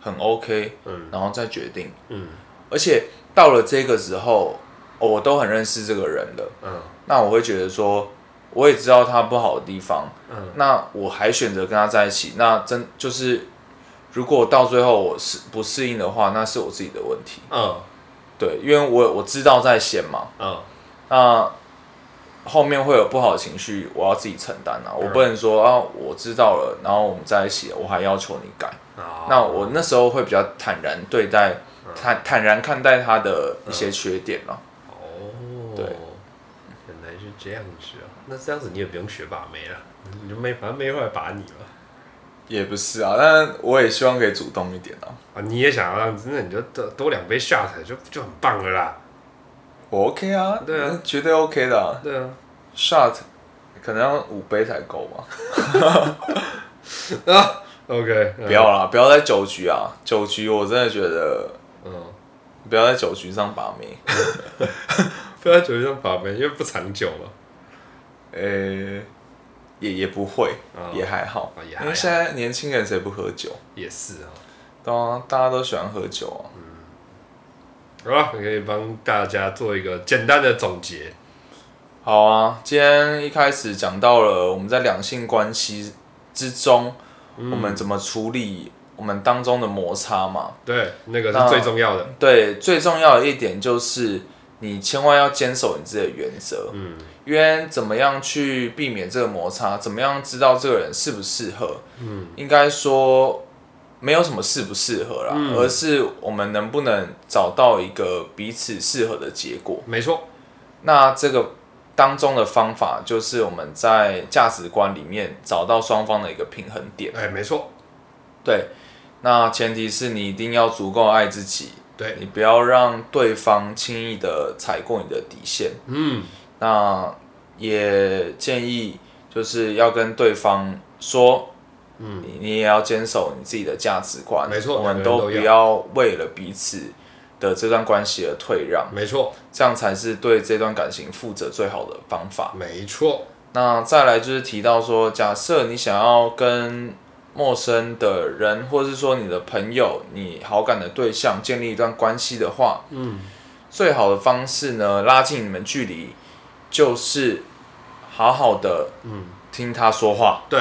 Speaker 1: 很 OK，
Speaker 2: 嗯
Speaker 1: 然后再决定。
Speaker 2: 嗯
Speaker 1: 而且到了这个时候，哦我都很认识这个人了，
Speaker 2: 嗯
Speaker 1: 那我会觉得说，我也知道他不好的地方，
Speaker 2: 嗯
Speaker 1: 那我还选择跟他在一起，那真就是，如果到最后我适不适应的话，那是我自己的问题，
Speaker 2: 嗯
Speaker 1: 对，因为我我知道在先嘛，
Speaker 2: 嗯，
Speaker 1: 那后面会有不好的情绪，我要自己承担啊，我不能说啊我知道了，然后我们在一起了，我还要求你改，
Speaker 2: 哦
Speaker 1: 那我那时候会比较坦然对待，坦坦然看待他的一些缺点啊了。
Speaker 2: 哦，
Speaker 1: 对，
Speaker 2: 原来是这样子啊，那这样子你也不用学把妹了，你就妹反正妹会来把你嘛，
Speaker 1: 也不是啊，但我也希望可以主动一点啊。
Speaker 2: 啊，你也想要让，那你就多多两杯下来就就很棒了啦，
Speaker 1: 我 OK 啊，
Speaker 2: 对啊
Speaker 1: 嗯，绝对 OK 的啊、
Speaker 2: 对啊，
Speaker 1: Shot 可能要五杯才够吧？
Speaker 2: 啊，OK，嗯
Speaker 1: 不要，啦，不要在酒局啊！酒局我真的觉得
Speaker 2: 嗯，
Speaker 1: 不要在酒局上把妹。
Speaker 2: 不要酒上把妹，因为不长久嘛，
Speaker 1: 呃、也也不会，
Speaker 2: 哦
Speaker 1: 也还好
Speaker 2: 哦也还好
Speaker 1: 因为现在年轻人谁不喝酒？
Speaker 2: 也是啊。
Speaker 1: 对啊，大家都喜欢喝酒啊。
Speaker 2: 好了，我可以帮大家做一个简单的总结。
Speaker 1: 好啊，今天一开始讲到了我们在两性关系之中，
Speaker 2: 嗯
Speaker 1: 我们怎么处理我们当中的摩擦嘛。
Speaker 2: 对，那个
Speaker 1: 那
Speaker 2: 是最重要的。
Speaker 1: 对，最重要的一点就是你千万要坚守你自己的原则，
Speaker 2: 嗯
Speaker 1: 因为怎么样去避免这个摩擦，怎么样知道这个人适不适合，
Speaker 2: 嗯，
Speaker 1: 应该说没有什么适不适合啦，而是我们能不能找到一个彼此适合的结果。
Speaker 2: 没错，
Speaker 1: 那这个当中的方法就是我们在价值观里面找到双方的一个平衡点。
Speaker 2: 哎，没错，
Speaker 1: 对，那前提是你一定要足够爱自己，
Speaker 2: 对，
Speaker 1: 你不要让对方轻易的踩过你的底线。
Speaker 2: 嗯，
Speaker 1: 那也建议就是要跟对方说，嗯，你你也要坚守你自己的价值观，
Speaker 2: 没错
Speaker 1: 我们
Speaker 2: 两
Speaker 1: 都
Speaker 2: 个
Speaker 1: 不
Speaker 2: 人都要
Speaker 1: 要为了彼此的这段关系而退让，
Speaker 2: 没错，
Speaker 1: 这样才是对这段感情负责最好的方法。
Speaker 2: 没错，
Speaker 1: 那再来就是提到说，假设你想要跟陌生的人，或是说你的朋友、你好感的对象建立一段关系的话，
Speaker 2: 嗯，
Speaker 1: 最好的方式呢，拉近你们距离，就是好好的
Speaker 2: 嗯，
Speaker 1: 听他说话，
Speaker 2: 对，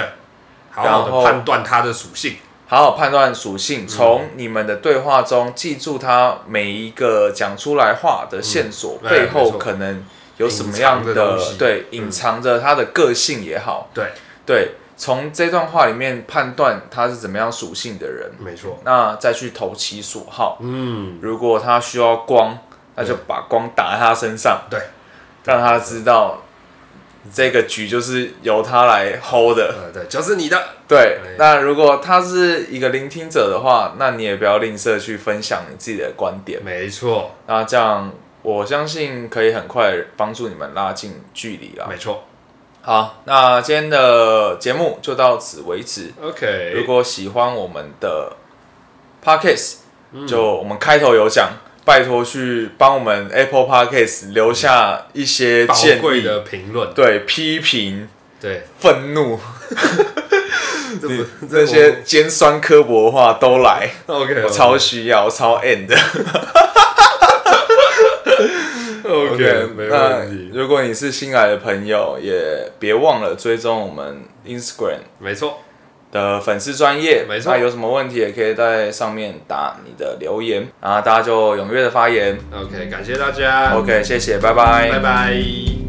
Speaker 2: 好
Speaker 1: 然
Speaker 2: 好的
Speaker 1: 后
Speaker 2: 判断它的属性，
Speaker 1: 好好判断属性，从你们的对话中记住他每一个讲出来话的线索、
Speaker 2: 嗯哎
Speaker 1: 背
Speaker 2: 没
Speaker 1: 后
Speaker 2: 错
Speaker 1: 可能有什么样
Speaker 2: 隐藏的东西
Speaker 1: 对隐藏着他的个性也好。
Speaker 2: 对，
Speaker 1: 对，从这段话里面判断他是怎么样属性的人，
Speaker 2: 没错，
Speaker 1: 那再去投其所好。
Speaker 2: 嗯，
Speaker 1: 如果他需要光，那就把光打在他身上，
Speaker 2: 对，
Speaker 1: 让他知道这个局就是由他来 hold 的。
Speaker 2: 呃，对，就是你的，
Speaker 1: 对
Speaker 2: 哎，
Speaker 1: 那如果他是一个聆听者的话，那你也不要吝啬去分享你自己的观点。
Speaker 2: 没错，
Speaker 1: 那这样，我相信可以很快帮助你们拉近距离啦。
Speaker 2: 没错
Speaker 1: 好，那今天的节目就到此为止。
Speaker 2: ，OK，
Speaker 1: 如果喜欢我们的 podcast，、就我们开头有讲，拜托去帮我们 Apple podcast 留下一些
Speaker 2: 宝
Speaker 1: 建
Speaker 2: 贵
Speaker 1: 议，
Speaker 2: 的评论，
Speaker 1: 对批评、
Speaker 2: 对，
Speaker 1: 愤怒
Speaker 2: [LAUGHS] 这不
Speaker 1: 这些尖酸刻薄的话都来，
Speaker 2: OK，
Speaker 1: 我超需要，我超 end 的。 [LAUGHS]
Speaker 2: OK，没
Speaker 1: 那
Speaker 2: 问题，
Speaker 1: 如果你是新来的朋友，也别忘了追踪我们 Instagram
Speaker 2: 没错，
Speaker 1: 的粉丝专业，
Speaker 2: 没错
Speaker 1: 那有什么问题也可以在上面打你的留言，然后大家就踊跃的发言。
Speaker 2: OK，感谢大家
Speaker 1: OK，谢谢，拜拜。
Speaker 2: 拜拜。